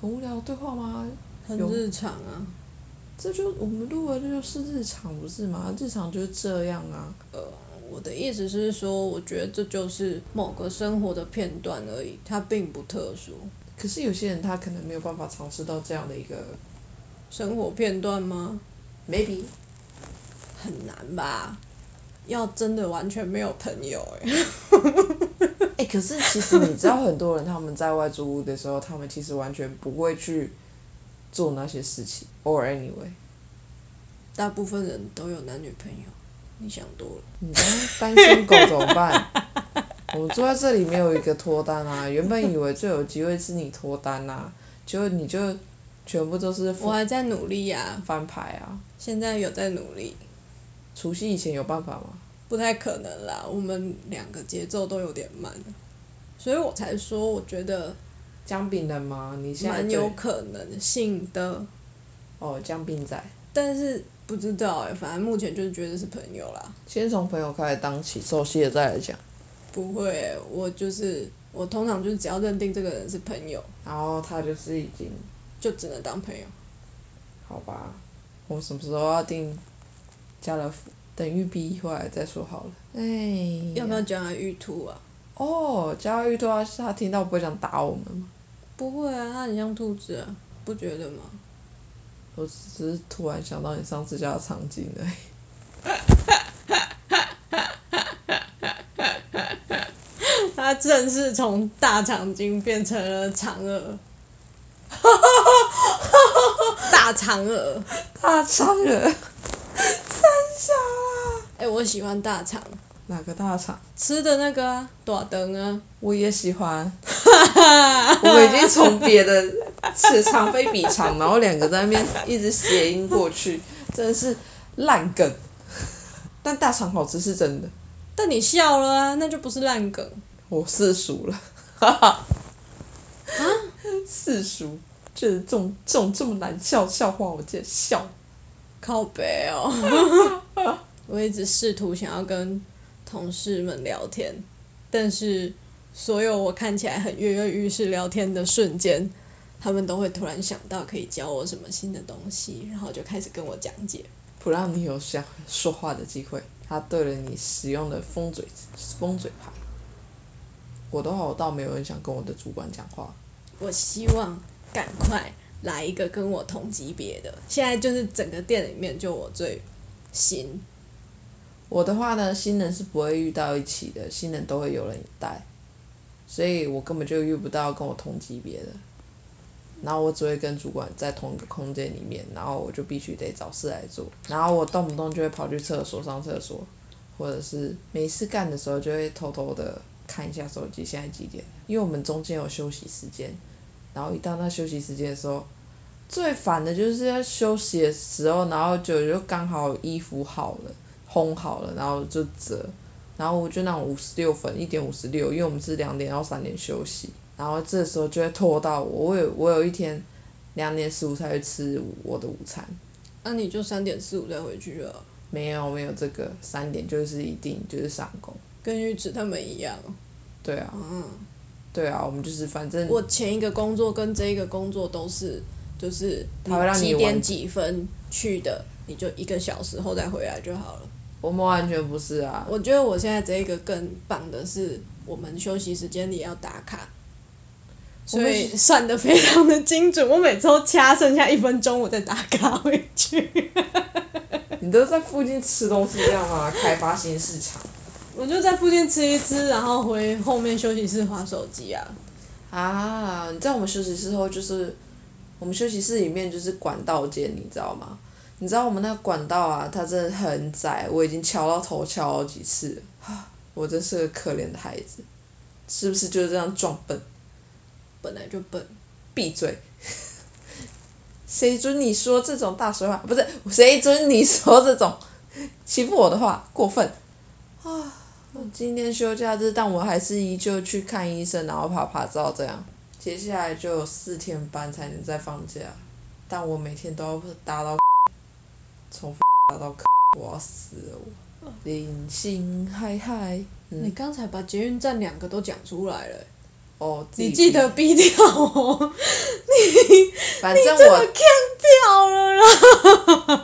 S1: 很无聊的对话吗？
S2: 很
S1: 有
S2: 日常啊。
S1: 这就我们录的这就是日常不是吗？日常就是这样啊。
S2: 我的意思是说，我觉得这就是某个生活的片段而已，它并不特殊。
S1: 可是有些人他可能没有办法尝试到这样的一个
S2: 生活片段吗？
S1: maybe，
S2: 很难吧？要真的完全没有朋友哎、
S1: 哎、可是其实你知道，很多人他们在外租屋的时候，他们其实完全不会去做那些事情。or anyway，
S2: *laughs* 大部分人都有男女朋友，你想多了。
S1: 你当单身狗怎么
S2: *laughs*
S1: 办？我们坐在这里没有一个脱单啊！原本以为最有机会是你脱单啊，结果你就全部都是
S2: 我还在努力呀、
S1: 翻牌啊！
S2: 现在有在努力，
S1: 除夕以前有办法吗？
S2: 不太可能啦。我们两个节奏都有点慢，所以我才说，我觉得
S1: 姜饼人吗？你现在
S2: 蛮
S1: 对
S2: 有可能性的，
S1: 哦，姜饼仔，
S2: 但是不知道哎、反正目前就是觉得是朋友啦。
S1: 先从朋友开始当起，熟悉了再来讲。
S2: 不会欸、我就是我通常就是只要认定这个人是朋友，
S1: 然后他就是已经
S2: 就只能当朋友。
S1: 好吧，我们什么时候要订家乐福？等玉碧回来再说好了。哎，
S2: 要不要？讲他玉兔啊？
S1: 哦，家玉对啊，是他听到不会想打我们吗？
S2: 不会啊，他很像兔子啊，不觉得吗？
S1: 我只是突然想到你上次家的场景而已。
S2: 他正式从大长今变成了嫦娥， *laughs* 大嫦娥。
S1: 大肠人，三小啊！
S2: 哎、我喜欢大肠，
S1: 哪个大肠？
S2: 吃的那个啊，短灯啊，
S1: 我也喜欢。我们已经从别的此长非彼长，然后两个在那边一直谐音过去， *laughs* 真的是烂梗。 *laughs* 但大肠好吃是真的，
S2: 但你笑了啊，那就不是烂梗。 *laughs*
S1: 我世俗了， *laughs* 世俗，这种这种这么难笑的笑话，我竟然笑。
S2: 靠北哦。我一直试图想要跟同事们聊天，但是所有我看起来很跃跃欲试聊天的瞬间，他们都会突然想到可以教我什么新的东西，然后就开始跟我讲解。
S1: 不让你有想说话的机会。他对了你使用的封嘴封嘴牌。我的话，我倒没有很想跟我的主管讲话。
S2: 我希望赶快来一个跟我同级别的。现在就是整个店里面就我最新，
S1: 我的话呢，新人是不会遇到一起的，新人都会有人带，所以我根本就遇不到跟我同级别的。然后我只会跟主管在同一个空间里面，然后我就必须得找事来做。然后我动不动就会跑去厕所上厕所，或者是没事干的时候就会偷偷的看一下手机现在几点，因为我们中间有休息时间。然后一到那休息时间的时候，最烦的就是要休息的时候，然后就就刚好衣服好了。烘好了，然后就折，然后我就那种五十六分，一点五十六，因为我们是两点到三点休息，然后这时候就会拖到我，我有我有一天两点十五才去吃我的午餐，
S2: 那、啊你就三点四五再回去了，
S1: 没有没有这个三点就是一定就是上工，
S2: 跟玉池他们一样。
S1: 对啊
S2: 嗯。
S1: 对啊，我们就是反正
S2: 我前一个工作跟这一个工作都是，就是
S1: 它会让你
S2: 几点
S1: 完
S2: 几分去的，你就一个小时后再回来就好了。
S1: 我们完全不是啊，
S2: 我觉得我现在这一个更棒的是，我们休息时间里要打卡，
S1: 我
S2: 所
S1: 们
S2: 以算的非常的精准。我每次都掐剩下一分钟，我再打卡回去。
S1: 你都在附近吃东西这样吗？开发新市场
S2: 我就在附近吃一吃，然后回后面休息室划手机啊。
S1: 啊，你知道我们休息室后就是我们休息室里面就是管道间，你知道吗？你知道我们那个管道啊，它真的很窄，我已经敲到头敲好几次了， *sighs* 啊我真是个可怜的孩子，是不是就是这样装笨？
S2: 本来就笨，
S1: 闭嘴！ *laughs* 谁准你说这种大实话？不是，谁准你说这种欺负我的话？过分啊！我今天休假日，但我还是依旧去看医生，然后拍拍照这样。接下来就有四天班才能再放假，但我每天都要搭到， *laughs* 从搭到， *laughs* 我要死了我！零星嗨嗨，
S2: 你
S1: 嗯，
S2: 刚才把捷运站两个都讲出来了欸、
S1: 哦，自己
S2: 你记得逼掉哦，
S1: 反
S2: 你
S1: 正
S2: 这个 can 掉了啦，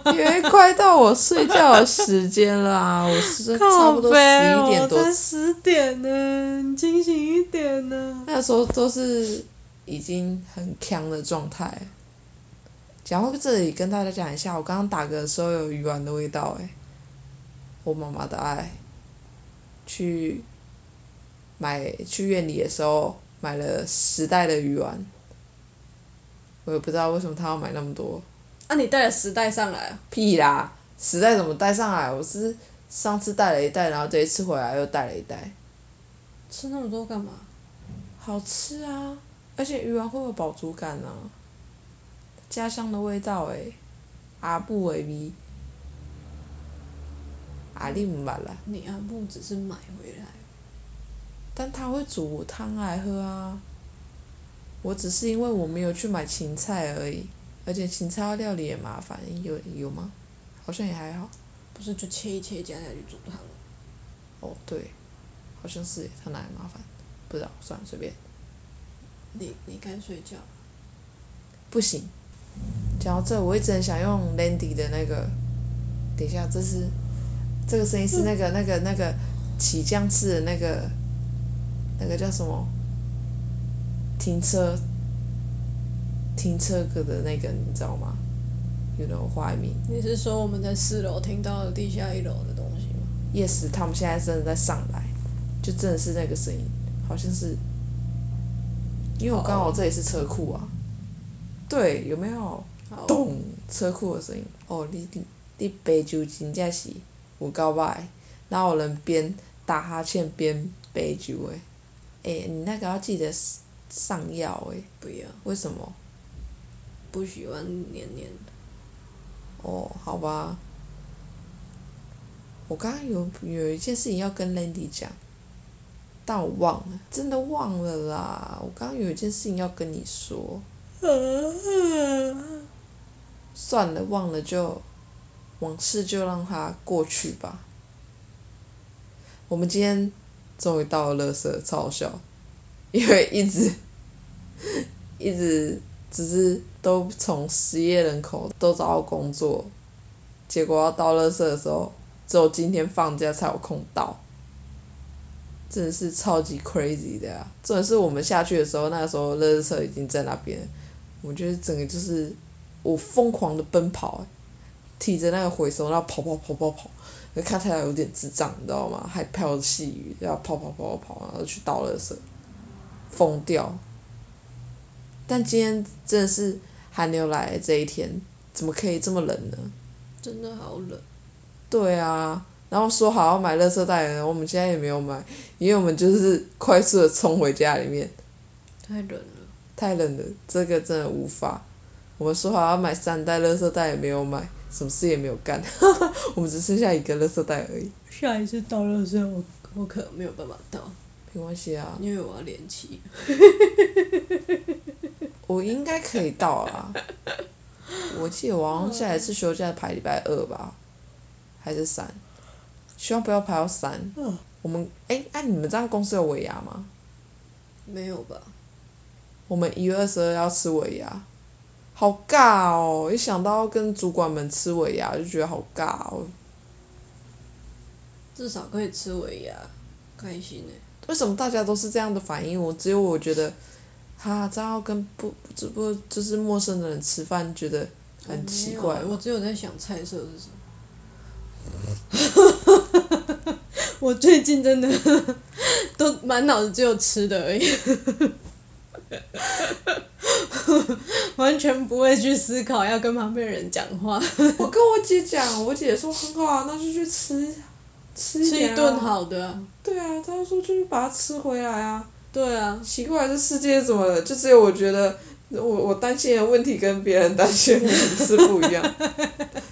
S1: 我因为快到我睡觉的时间了啊，我
S2: *laughs*
S1: 是差不多十一
S2: 靠北
S1: 点
S2: 我
S1: 多
S2: 才，十点呢，你清醒一点呢。
S1: 那时候都是已经很强的状态。讲到这里，跟大家讲一下，我刚刚打嗝的时候有鱼丸的味道、欸，哎，我妈妈的爱，去买去院里的时候买了十袋的鱼丸，我也不知道为什么她要买那么多，
S2: 啊，你带了十袋上来啊？
S1: 屁啦，十袋怎么带上来？我是上次带了一袋，然后这一次回来又带了一袋，
S2: 吃那么多干嘛？
S1: 好吃啊，而且鱼丸会有饱足感啊，家乡的味道哎、阿布维米，阿力姆巴啦，
S2: 你阿布只是买回来，
S1: 但他会煮汤来喝啊，我只是因为我没有去买芹菜而已，而且芹菜要料理也麻烦，有有吗？好像也还好，
S2: 不是就切一切加下去煮汤？
S1: 哦对，好像是耶他哪里麻烦，不知道，算了随便。
S2: 你你该睡觉。
S1: 不行。讲到这，我一直很想用 Landy 的那个，等一下，这是这个声音是那个、那个那个起降式的那个那个叫什么？停车停车格的那个，你知道吗？You know what I mean？
S2: 你是说我们在四楼听到了地下一楼的东西吗？
S1: Yes，他们现在真的在上来，就真的是那个声音，好像是，因为我刚好这里是车库啊，对，有没有？
S2: 好，
S1: 咚车库的声音。哦，你你你白酒真正是有够歹，哪有人边打哈欠边白酒的？诶、你那个要记得上药诶，
S2: 不要，
S1: 为什么？
S2: 不喜欢黏黏的。
S1: 哦，好吧。我刚刚有有一件事情要跟 Landy 讲，但我忘了，真的忘了啦。我刚刚有一件事情要跟你说，
S2: 啊
S1: 算了，忘了就往事就让它过去吧。我们今天终于到了垃圾，超好笑，因为一直 *laughs* 一直只是都从失业人口都找到工作，结果要到垃圾的时候，只有今天放假才有空到，真的是超级 crazy 的啊！重点是我们下去的时候，那个时候垃圾车已经在那边了，我觉得整个就是我疯狂的奔跑、欸提着那个回收，然后跑跑跑跑跑，看起来有点智障，你知道吗？还飘着细雨，然后跑跑跑跑跑，然后去倒垃圾，疯掉。但今天真的是寒流来的这一天，怎么可以这么冷呢？
S2: 真的好冷。
S1: 对啊，然后说好要买垃圾袋的，我们现在也没有买，因为我们就是快速的冲回家里面，
S2: 太冷了，
S1: 太冷了，这个真的无法。我们说好要买三袋垃圾袋，也没有买，什么事也没有干， *laughs* 我们只剩下一个垃圾袋而已，
S2: 下一次到的时候，我我可能没有办法到，
S1: 没关系啊，
S2: 因为我要连 *laughs* 期。
S1: 我应该可以到啦。我记得我好像下一次休假排礼拜二吧，还是三，希望不要排到三。
S2: 嗯
S1: 我们哎，哎、你们这样公司有尾牙吗？
S2: 没有吧？
S1: 我们一月二十二要吃尾牙，好尬哦！一想到要跟主管们吃尾牙，就觉得好尬哦。
S2: 至少可以吃尾牙，开心欸呢、
S1: 为什么大家都是这样的反应？我只有我觉得，哈，这样要跟不这不就是陌生的人吃饭，觉得很奇怪
S2: 我没
S1: 吧
S2: 有我只有在想菜色是什么。
S1: *laughs*
S2: 我最近真的 *laughs* 都满脑子只有吃的而已， *laughs* 完全不会去思考要跟旁边人讲话，
S1: 我跟我姐讲，我姐说很好啊，那就去吃吃
S2: 吃
S1: 点啊
S2: 一顿。好的啊、
S1: 对啊，她说就是把它吃回来啊。
S2: 对啊，
S1: 奇怪，这世界怎么了？就只有我觉得我我担心的问题跟别人担心的问题是不 *laughs* 一样。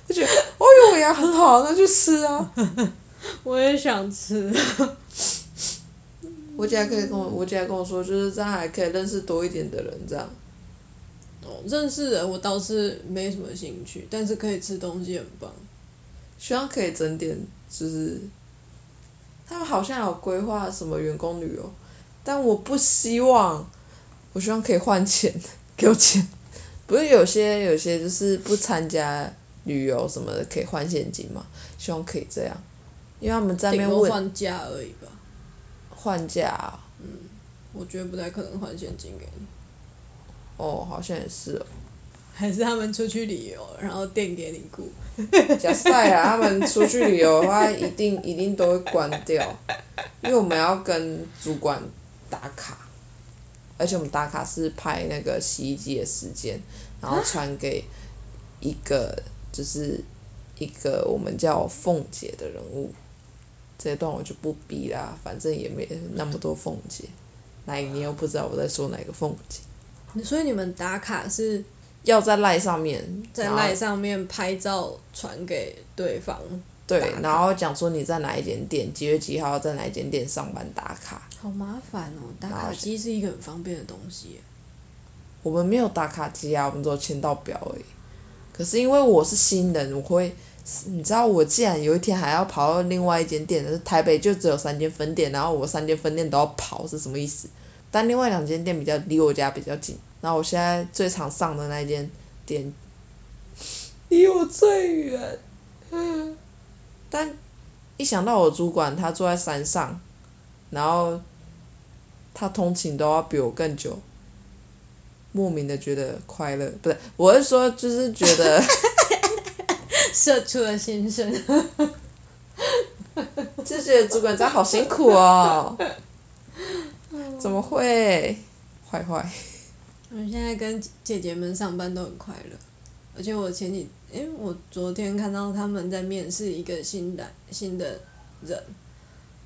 S1: 就觉得哦呦我牙很好，那就吃啊。
S2: 我也想吃。
S1: *laughs* 我姐还可以跟我，我姐还跟我说，就是这样还可以认识多一点的人，这样。
S2: 哦认识人我倒是没什么兴趣，但是可以吃东西很棒。
S1: 希望可以整点，就是他们好像有规划什么员工旅游，但我不希望，我希望可以换钱，给我钱。 *laughs* 不是有些有些就是不参加旅游什么的可以换现金嘛？希望可以这样，因为他们在那
S2: 顶
S1: 边
S2: 多
S1: 问
S2: 换价而已吧。
S1: 换价啊、
S2: 我觉得不太可能换现金给你， *laughs*
S1: 哦，好像也是哦。
S2: 还是他们出去旅游，然后店给你雇。
S1: 假赛啊，他们出去旅游的话，一定一定都会关掉，因为我们要跟主管打卡，而且我们打卡是拍那个洗衣机的时间，然后传给一个就是一个我们叫凤姐的人物，这一段我就不逼啦，反正也没那么多凤姐，来你又不知道我在说哪个凤姐，
S2: 所以你们打卡是
S1: 要在赖上面，
S2: 在
S1: 然后
S2: 赖上面拍照传给对方，打
S1: 对，
S2: 卡
S1: 然后讲说你在哪一间店，几月几号在哪一间店上班打卡。
S2: 好麻烦哦。打
S1: 然后
S2: 卡
S1: 是
S2: 机是一个很方便的东西 *laughs* 耶。
S1: 我们没有打卡机啊，我们只有签到表而已。可是因为我是新人，我会，你知道，我既然有一天还要跑到另外一间店，就是台北就只有三间分店，然后我三间分店都要跑，是什么意思？但另外两间店比较离我家比较近，然后我现在最常上的那一间店离我最远，但一想到我主管他住在山上，然后他通勤都要比我更久，莫名的觉得快乐，不是，我是说就是觉得 *laughs*
S2: 社畜的心 *laughs* 声，
S1: 就觉得主管长好辛苦哦，怎么会？坏坏，
S2: 我现在跟姐姐们上班都很快乐，而且我前几，哎、我昨天看到他们在面试一个新的新的人，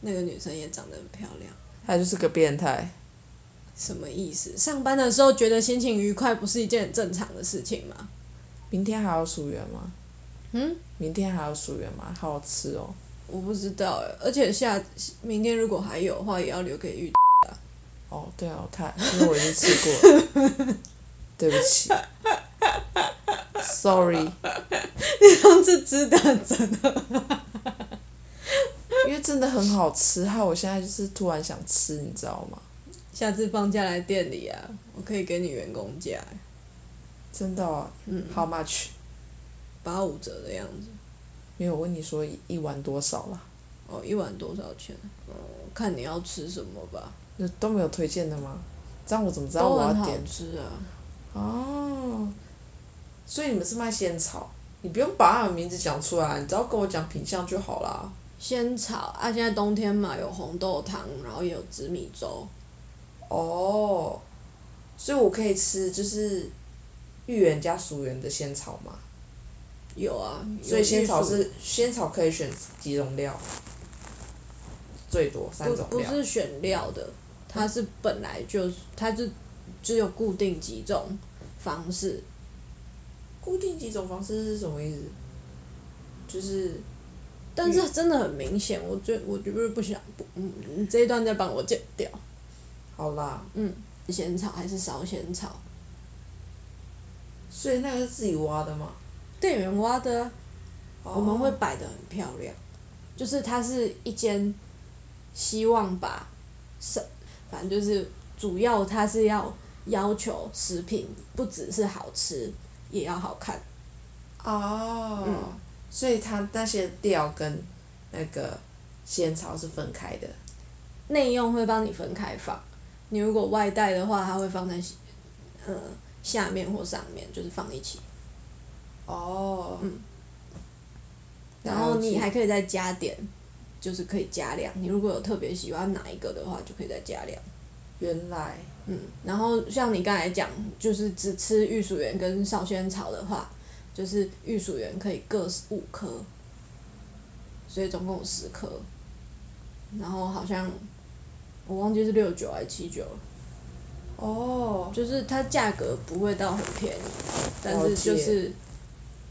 S2: 那个女生也长得很漂亮，
S1: 他就是个变态。
S2: 什么意思？上班的时候觉得心情愉快不是一件很正常的事情吗？
S1: 明天还有薯圆吗？
S2: 嗯，
S1: 明天还有薯圆吗？好好吃哦。
S2: 我不知道哎，而且下明天如果还有的话，也要留给 *laughs* 玉。
S1: 哦，对啊，我太，因为我已经吃过了，对不起，sorry，
S2: 上次知道真的，
S1: 因为真的很好吃，害我现在就是突然想吃，你知道吗？
S2: 下次放假来店里啊，我可以给你员工价欸，
S1: 真的、哦、
S2: 嗯，
S1: ，how much？
S2: 八五折的样子。
S1: 没有，我问你说一一碗多少啦？
S2: 哦，一碗多少钱？哦，看你要吃什么吧，
S1: 那都没有推荐的吗？这样我怎么知道
S2: 都
S1: 我要
S2: 很好
S1: 点？
S2: 吃啊。
S1: 哦，所以你们是卖仙草，你不用把它的名字讲出来，你只要跟我讲品相就好啦。
S2: 仙草啊，现在冬天嘛，有红豆汤，然后也有紫米粥。
S1: 哦，所以我可以吃就是芋圆加薯圆的仙草嘛，
S2: 有啊，有
S1: 所以仙草
S2: 玉薯
S1: 是仙草可以选几种料，最多三
S2: 不
S1: 种
S2: 不
S1: 料。
S2: 是选料的，它是本来就是它是只有固定几种方式，
S1: 固定几种方式是什么意思？就是
S2: 但
S1: 嗯
S2: 是真的很明显，我最我就是不想不嗯，你这一段再帮我剪掉。
S1: 好啦，
S2: 嗯，仙草还是烧仙草？
S1: 所以那个是自己挖的嘛。
S2: 店员挖的、啊，
S1: 哦
S2: 我们会摆的很漂亮，就是它是一间希望把是反正就是主要它是要要求食品不只是好吃，也要好看。
S1: 哦，
S2: 嗯
S1: 所以它那些料跟那个仙草是分开的。
S2: 内用会帮你分开放，你如果外带的话，它会放在呃下面或上面，就是放一起。
S1: 哦，
S2: 嗯
S1: 了解，
S2: 然后你还可以再加点，就是可以加量。你如果有特别喜欢哪一个的话，就可以再加量。
S1: 原来
S2: 嗯，然后像你刚才讲，就是只吃玉薯园跟少仙草的话，就是玉薯园可以各五颗，所以总共有十颗。然后好像我忘记是六九还是七九了。
S1: 哦，
S2: 就是它价格不会到很便宜，但
S1: 了
S2: 是
S1: 解
S2: 就是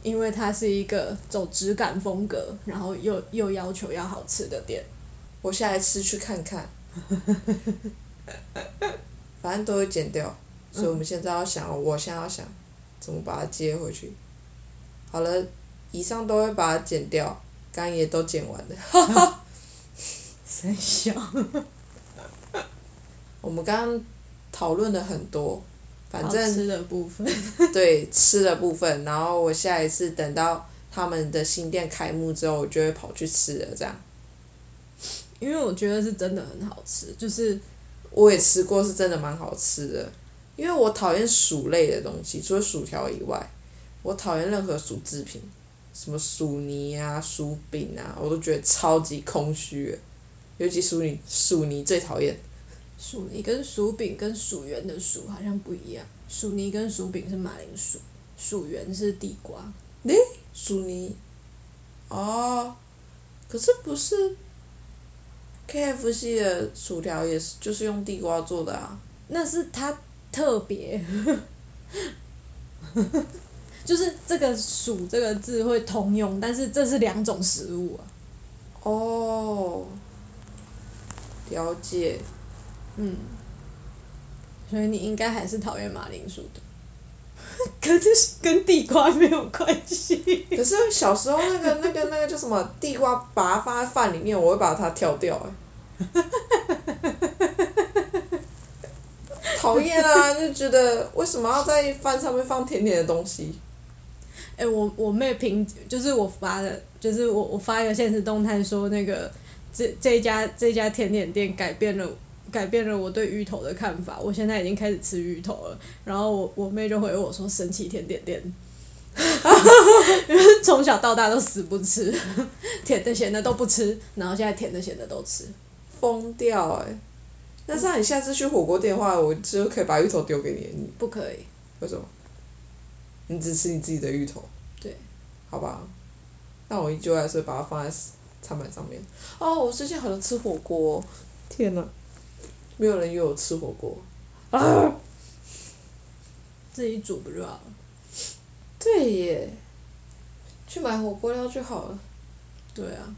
S2: 因为它是一个走质感风格，然后又又要求要好吃的店，
S1: 我下来吃去看
S2: *laughs*
S1: 看，反正都会剪掉，所以
S2: 嗯
S1: 我们现在要想，我现在要想怎么把它接回去。好了，以上都会把它剪掉，刚刚也都
S2: *laughs*
S1: 剪完了。
S2: 三小。
S1: 我们刚刚讨论了很多，反
S2: 好
S1: 正
S2: 吃的部分，
S1: *laughs* 对吃的部分，然后我下一次等到他们的新店开幕之后，我就会跑去吃了。这样，
S2: 因为我觉得是真的很好吃，就是
S1: 我也吃过，是真的蛮好吃的。因为我讨厌薯类的东西，除了薯条以外，我讨厌任何薯制品，什么薯泥啊、薯饼啊，我都觉得超级空虚的。尤其薯泥，薯泥最讨厌。
S2: 薯泥跟薯饼跟薯圆的薯好像不一样，薯泥跟薯饼是马铃薯，薯圆是地瓜，
S1: 薯泥，哦，可是不是 KFC 的薯条也是就是用地瓜做的啊？
S2: 那是它特别， *laughs* 就是这个“薯”这个字会通用，但是这是两种食物啊。
S1: 哦，了解，
S2: 嗯，所以你应该还是讨厌马铃薯的， *laughs* 可这是跟地瓜没有关系。
S1: *laughs* 可是小时候那 *laughs* 个那个那个叫什么地瓜，把它放在饭里面，我会把它挑掉、欸， *laughs* 讨厌啊！就觉得为什么要在饭上面放甜甜的东西？
S2: 哎、我我妹评就是我发的，就是我我发一个现实动态说那个这这一家这一家甜点店改变了。改变了我对芋头的看法，我现在已经开始吃芋头了。然后我我妹就回我说：“神奇甜点店， *laughs* 因为从小到大都死不吃， *laughs* 甜的咸的都不吃，然后现在甜的咸的都吃。
S1: 疯掉哎、那这样你下次去火锅店的话，我就可以把芋头丢给你，你
S2: 不可以，
S1: 为什么？你只吃你自己的芋头，
S2: 对，
S1: 好吧？那我依旧还是把它放在餐盘上面。哦，我最近好像吃火锅，天哪，没有人约我吃火锅。啊，
S2: 自己煮不就好了？
S1: 对耶，去买火锅料就好了。
S2: 对啊，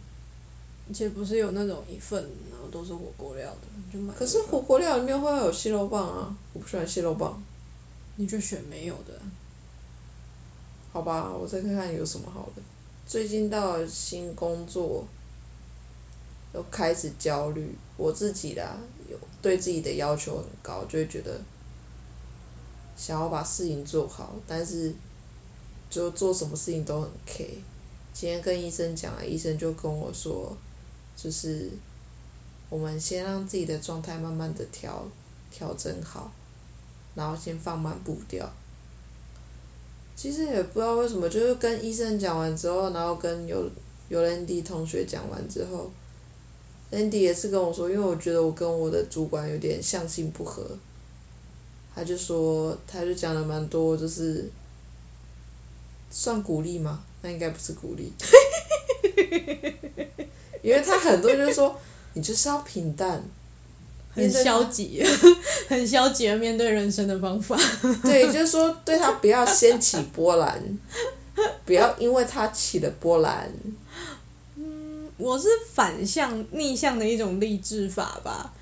S2: 而且不是有那种一份，然后都是火锅料的，你就买一份。
S1: 可是火锅料里面会有蟹肉棒啊，我不喜欢蟹肉棒。
S2: 你就选没有的啊，
S1: 好吧，我再看看有什么好的。最近到了新工作，又开始焦虑。我自己啦，有对自己的要求很高，就会觉得想要把事情做好，但是就做什么事情都很 K。今天跟医生讲了，医生就跟我说，就是我们先让自己的状态慢慢的调调整好，然后先放慢步调。其实也不知道为什么，就是跟医生讲完之后，然后跟有有 Randy 同学讲完之后，Randy 也是跟我说，因为我觉得我跟我的主管有点相性不合，他就说，他就讲了蛮多，就是算鼓励吗？那应该不是鼓励， *laughs* 因为他很多就是说，你就是要平淡，
S2: 很消极， *laughs* 很消极的面对人生的方法。
S1: 对，就是说对他不要掀起波澜，不要因为他起了波澜。
S2: 我是反向逆向的一种励志法吧。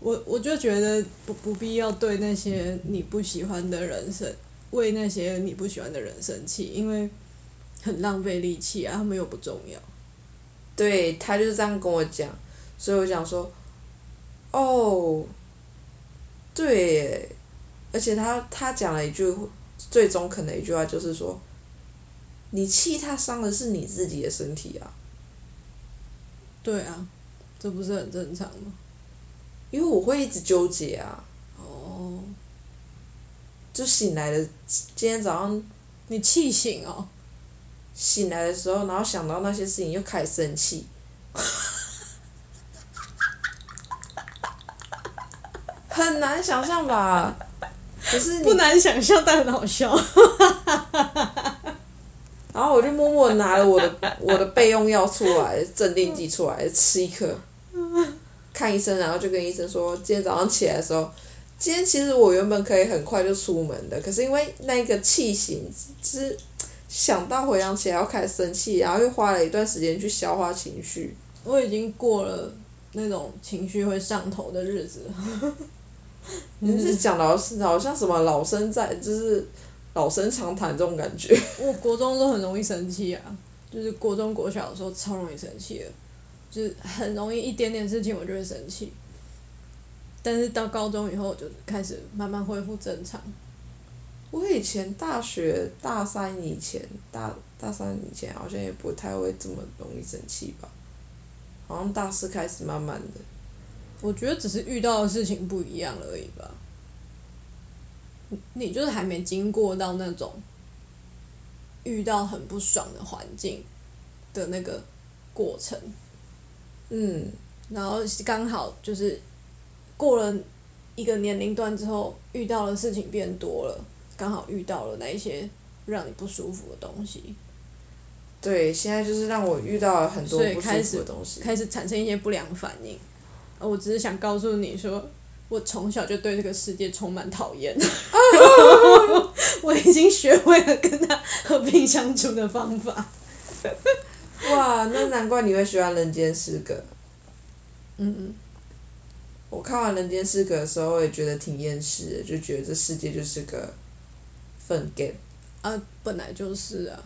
S2: 我我就觉得不不必要对那些你不喜欢的人生，为那些你不喜欢的人生气，因为很浪费力气啊，他们又不重要。
S1: 对他就是这样跟我讲，所以我想说，哦，对耶，而且他他讲了一句最中肯的一句话，就是说，你气他伤的是你自己的身体啊，
S2: 对啊，这不是很正常吗？
S1: 因为我会一直纠结啊，
S2: 哦，
S1: 就醒来的今天早上
S2: 你气醒哦，
S1: 醒来的时候，然后想到那些事情又开始生气，很难想象吧？可是你
S2: 不难想象，但很好笑。
S1: 然后我就默默拿了我的我的备用药出来，镇定剂出来吃一颗，看医生，然后就跟医生说，今天早上起来的时候，今天其实我原本可以很快就出门的，可是因为那个气醒，就是想到回想起来要开始生气，然后又花了一段时间去消化情绪，
S2: *laughs* 我已经过了那种情绪会上头的日 *laughs* 子了。
S1: 你是
S2: 嗯
S1: 讲的好像好像什么老生在，就是老生常谈这种感觉。
S2: 我国中都很容易生气啊，就是国中、国小的时候超容易生气的，就是很容易一点点事情我就会生气。但是到高中以后，我就开始慢慢恢复正常。
S1: *laughs* 我以前大学大三以前，大大三以前好像也不太会这么容易生气吧，好像大四开始慢慢的，
S2: 我觉得只是遇到的事情不一样而已吧。你你就是还没经过到那种遇到很不爽的环境的那个过程，
S1: 嗯，
S2: 然后刚好就是过了一个年龄段之后，遇到的事情变多了，刚好遇到了那一些让你不舒服的东西，
S1: 对，现在就是让我遇到了很多
S2: 所以
S1: 不舒
S2: 开
S1: 服
S2: 始
S1: 的东西，
S2: 开始产生一些不良反应。呃我只是想告诉你说，我从小就对这个世界充满讨厌， *laughs* 我已经学会了跟他和平相处的方法。
S1: 哇，那难怪你会喜欢《人间失格》。
S2: 嗯，
S1: 我看完《人间失格》的时候，我也觉得挺厌世的，就觉得这世界就是个粪 game。
S2: 啊，本来就是啊，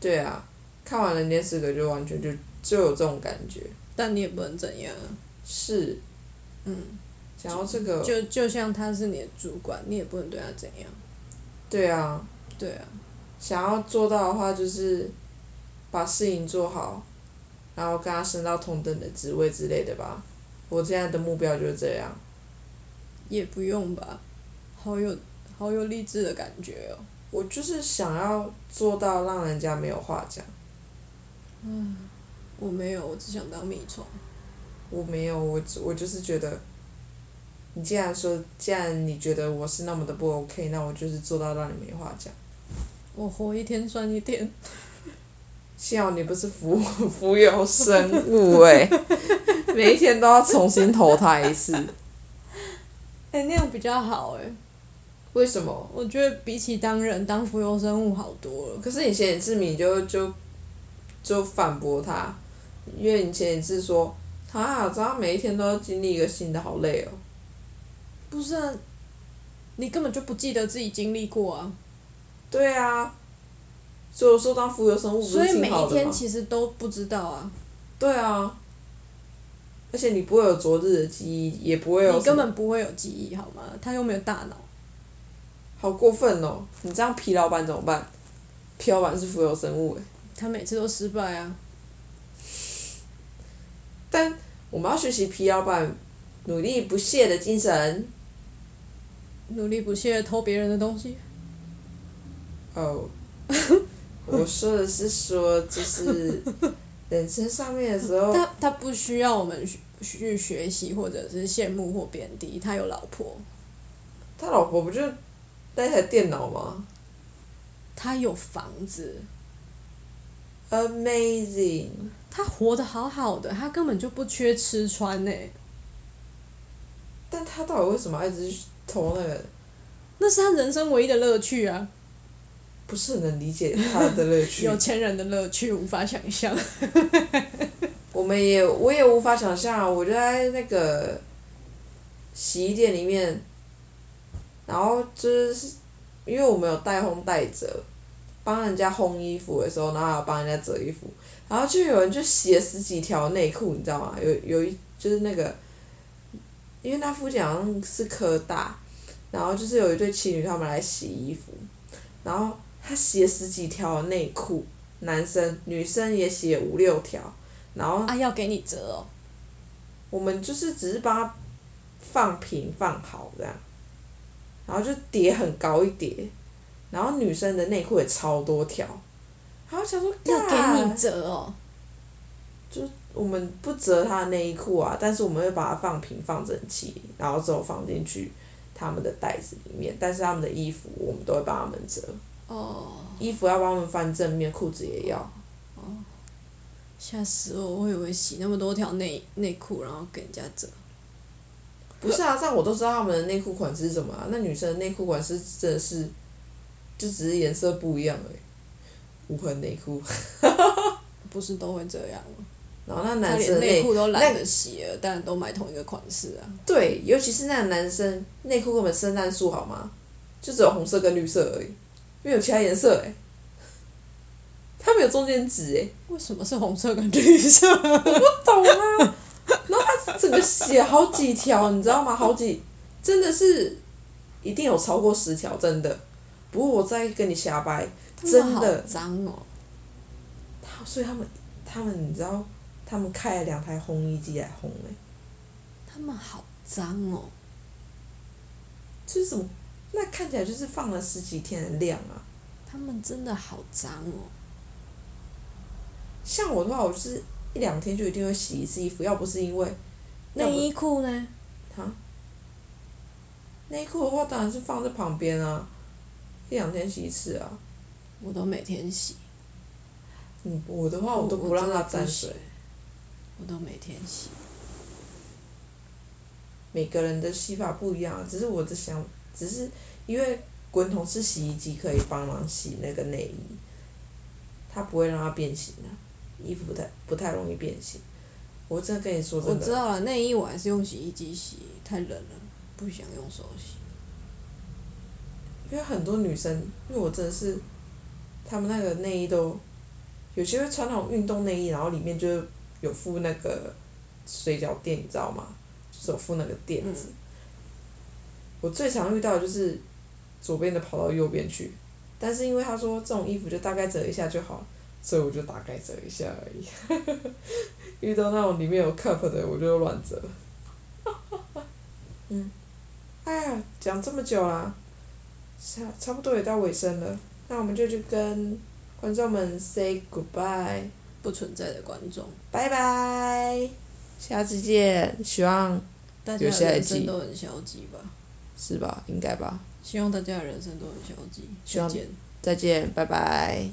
S1: 对啊，看完《人间失格》就完全就就有这种感觉。
S2: 但你也不能怎样啊。
S1: 是，
S2: 嗯，
S1: 讲到这个，
S2: 就就像他是你的主管，你也不能对他怎样。
S1: 对啊，
S2: 对啊，
S1: 想要做到的话，就是把事情做好，然后跟他升到同等的职位之类的吧。我现在的目标就是这样。
S2: 也不用吧，好有好有励志的感觉哦。
S1: 我就是想要做到让人家没有话讲。
S2: 我没有，我只想当米虫。
S1: 我没有，我只我就是觉得，你既然说，既然你觉得我是那么的不 OK，那我就是做到让你没话讲。
S2: 我活一天算一天。
S1: 幸好你不是 *laughs* 浮浮游生物哎、 *laughs* 每一天都要重新投胎一次。
S2: 哎、那样比较好哎、
S1: 为什么？
S2: 我觉得比起当人，当浮游生物好多了。
S1: 可是你前一次你就就就反驳他，因为你前一次说，啊，这样每一天都要经历一个新的，好累哦。
S2: 不是啊，你根本就不记得自己经历过啊，
S1: 对啊，所以我说当浮游生物不
S2: 所
S1: 是
S2: 以每
S1: 挺好
S2: 一
S1: 的吗？
S2: 天其实都不知道啊，
S1: 对啊，而且你不会有昨日的记忆，也不会有
S2: 你
S1: 什
S2: 根
S1: 么
S2: 本不会有记忆好吗？他又没有大脑，
S1: 好过分哦！你这样皮老板怎么办？皮老板是浮游生物哎，
S2: 他每次都失败啊。
S1: 但我们要学习皮老板努力不懈的精神。
S2: 努力不懈地偷别人的东西，
S1: 哦，
S2: *laughs*
S1: 我说的是说
S2: *laughs*
S1: 就是人生上面的时候，
S2: 他他不需要我们去去学习或者是羡慕或贬低，他有老婆，
S1: 他老婆不就那台电脑吗
S2: 他有房子，
S1: ？Amazing！
S2: 他活得好好的，他根本就不缺吃穿欸呢、
S1: 但他到底为什么要一直去投那个？
S2: 那是他人生唯一的乐趣啊。
S1: 不是很能理解他的乐趣。
S2: *laughs* 有钱人的乐趣无法想象。
S1: 我们也我也无法想象啊，我就在那个洗衣店里面，然后就是因为我们有带烘带折，帮人家烘衣服的时候，然后还有帮人家折衣服，然后就有人就洗了十几条内裤，你知道吗？有有一就是那个，因为那附近好像是科大，然后就是有一对情侣他们来洗衣服，然后他洗了十几条内裤，男生女生也洗了五六条，然后
S2: 啊，要给你折哦，
S1: 我们就是只是帮它放平放好这样，然后就叠很高一叠，然后女生的内裤也超多条，然后想说
S2: 要给你
S1: 干
S2: 折哦。
S1: 我们不折她的内衣裤啊，但是我们会把它放平放整齐，然后之后放进去他们的袋子里面，但是他们的衣服我们都会帮他们折，
S2: 哦
S1: 衣服要帮他们翻正面，裤子也要，
S2: 哦，吓死我！我以为洗那么多条内内裤，然后给人家折。
S1: 不是啊，这样我都知道他们的内裤款式是什么啊。那女生的内裤款式真的是，就只是颜色不一样而已，无痕内裤。 *laughs*
S2: 不是都会这样吗？
S1: 然后那
S2: 他
S1: 男生的
S2: 连内
S1: 内
S2: 裤都
S1: 那
S2: 懒
S1: 个
S2: 得洗了，但都买同一个款式啊。
S1: 对，尤其是那个男生内裤根本圣诞树好吗？就只有红色跟绿色而已，没有其他颜色哎、他没有中间值哎、
S2: 为什么是红色跟绿色？ *laughs*
S1: 我不懂啊。 *laughs* 然后他整个写好几条，你知道吗？好几，真的是一定有超过十条，真的。不过我在跟你瞎掰，真
S2: 他们
S1: 的
S2: 好脏哦，
S1: 他所以他们他们你知道，他们开了两台烘衣机来烘哎、
S2: 他们好脏哦，
S1: 这是什么？那看起来就是放了十几天的量啊。
S2: 他们真的好脏哦。
S1: 像我的话，我就是一两天就一定会洗一次衣服，要不是因为
S2: 内衣裤呢？
S1: 啊，内裤的话当然是放在旁边啊，一两天洗一次啊。
S2: 我都每天洗，
S1: 嗯，我的话我都不
S2: 哦我
S1: 让它
S2: 真的
S1: 沾
S2: 不洗
S1: 水。
S2: 我都每天洗。
S1: 每个人的洗法不一样，啊只是我的想，只是因为滚筒式洗衣机可以帮忙洗那个内衣，它不会让它变形啊，衣服不太不太容易变形。我真的跟你说
S2: 我
S1: 真
S2: 知
S1: 的，
S2: 道了，内衣我还是用洗衣机洗，太冷了，不想用手洗。
S1: 因为很多女生，因为我真的是，她们那个内衣都有些会穿那种运动内衣，然后里面就有附那个水饺垫，你知道吗？就是有附那个垫子。我最常遇到的就是左边的跑到右边去，但是因为他说这种衣服就大概折一下就好，所以我就大概折一下而已。 *laughs* 遇到那种里面有 cup 的，我就乱折。嗯，哎呀，讲这么久啦，差差不多也到尾声了，那我们就去跟观众们 say goodbye。
S2: 不存在的观众，
S1: 拜拜，下次见。希望
S2: 大
S1: 有
S2: 家
S1: 下
S2: 的
S1: 一
S2: 人生
S1: 季
S2: 都很消极吧？
S1: 是吧？应该吧。
S2: 希望大家的人生都很消极。
S1: 希望
S2: 再见。
S1: 再见，拜拜。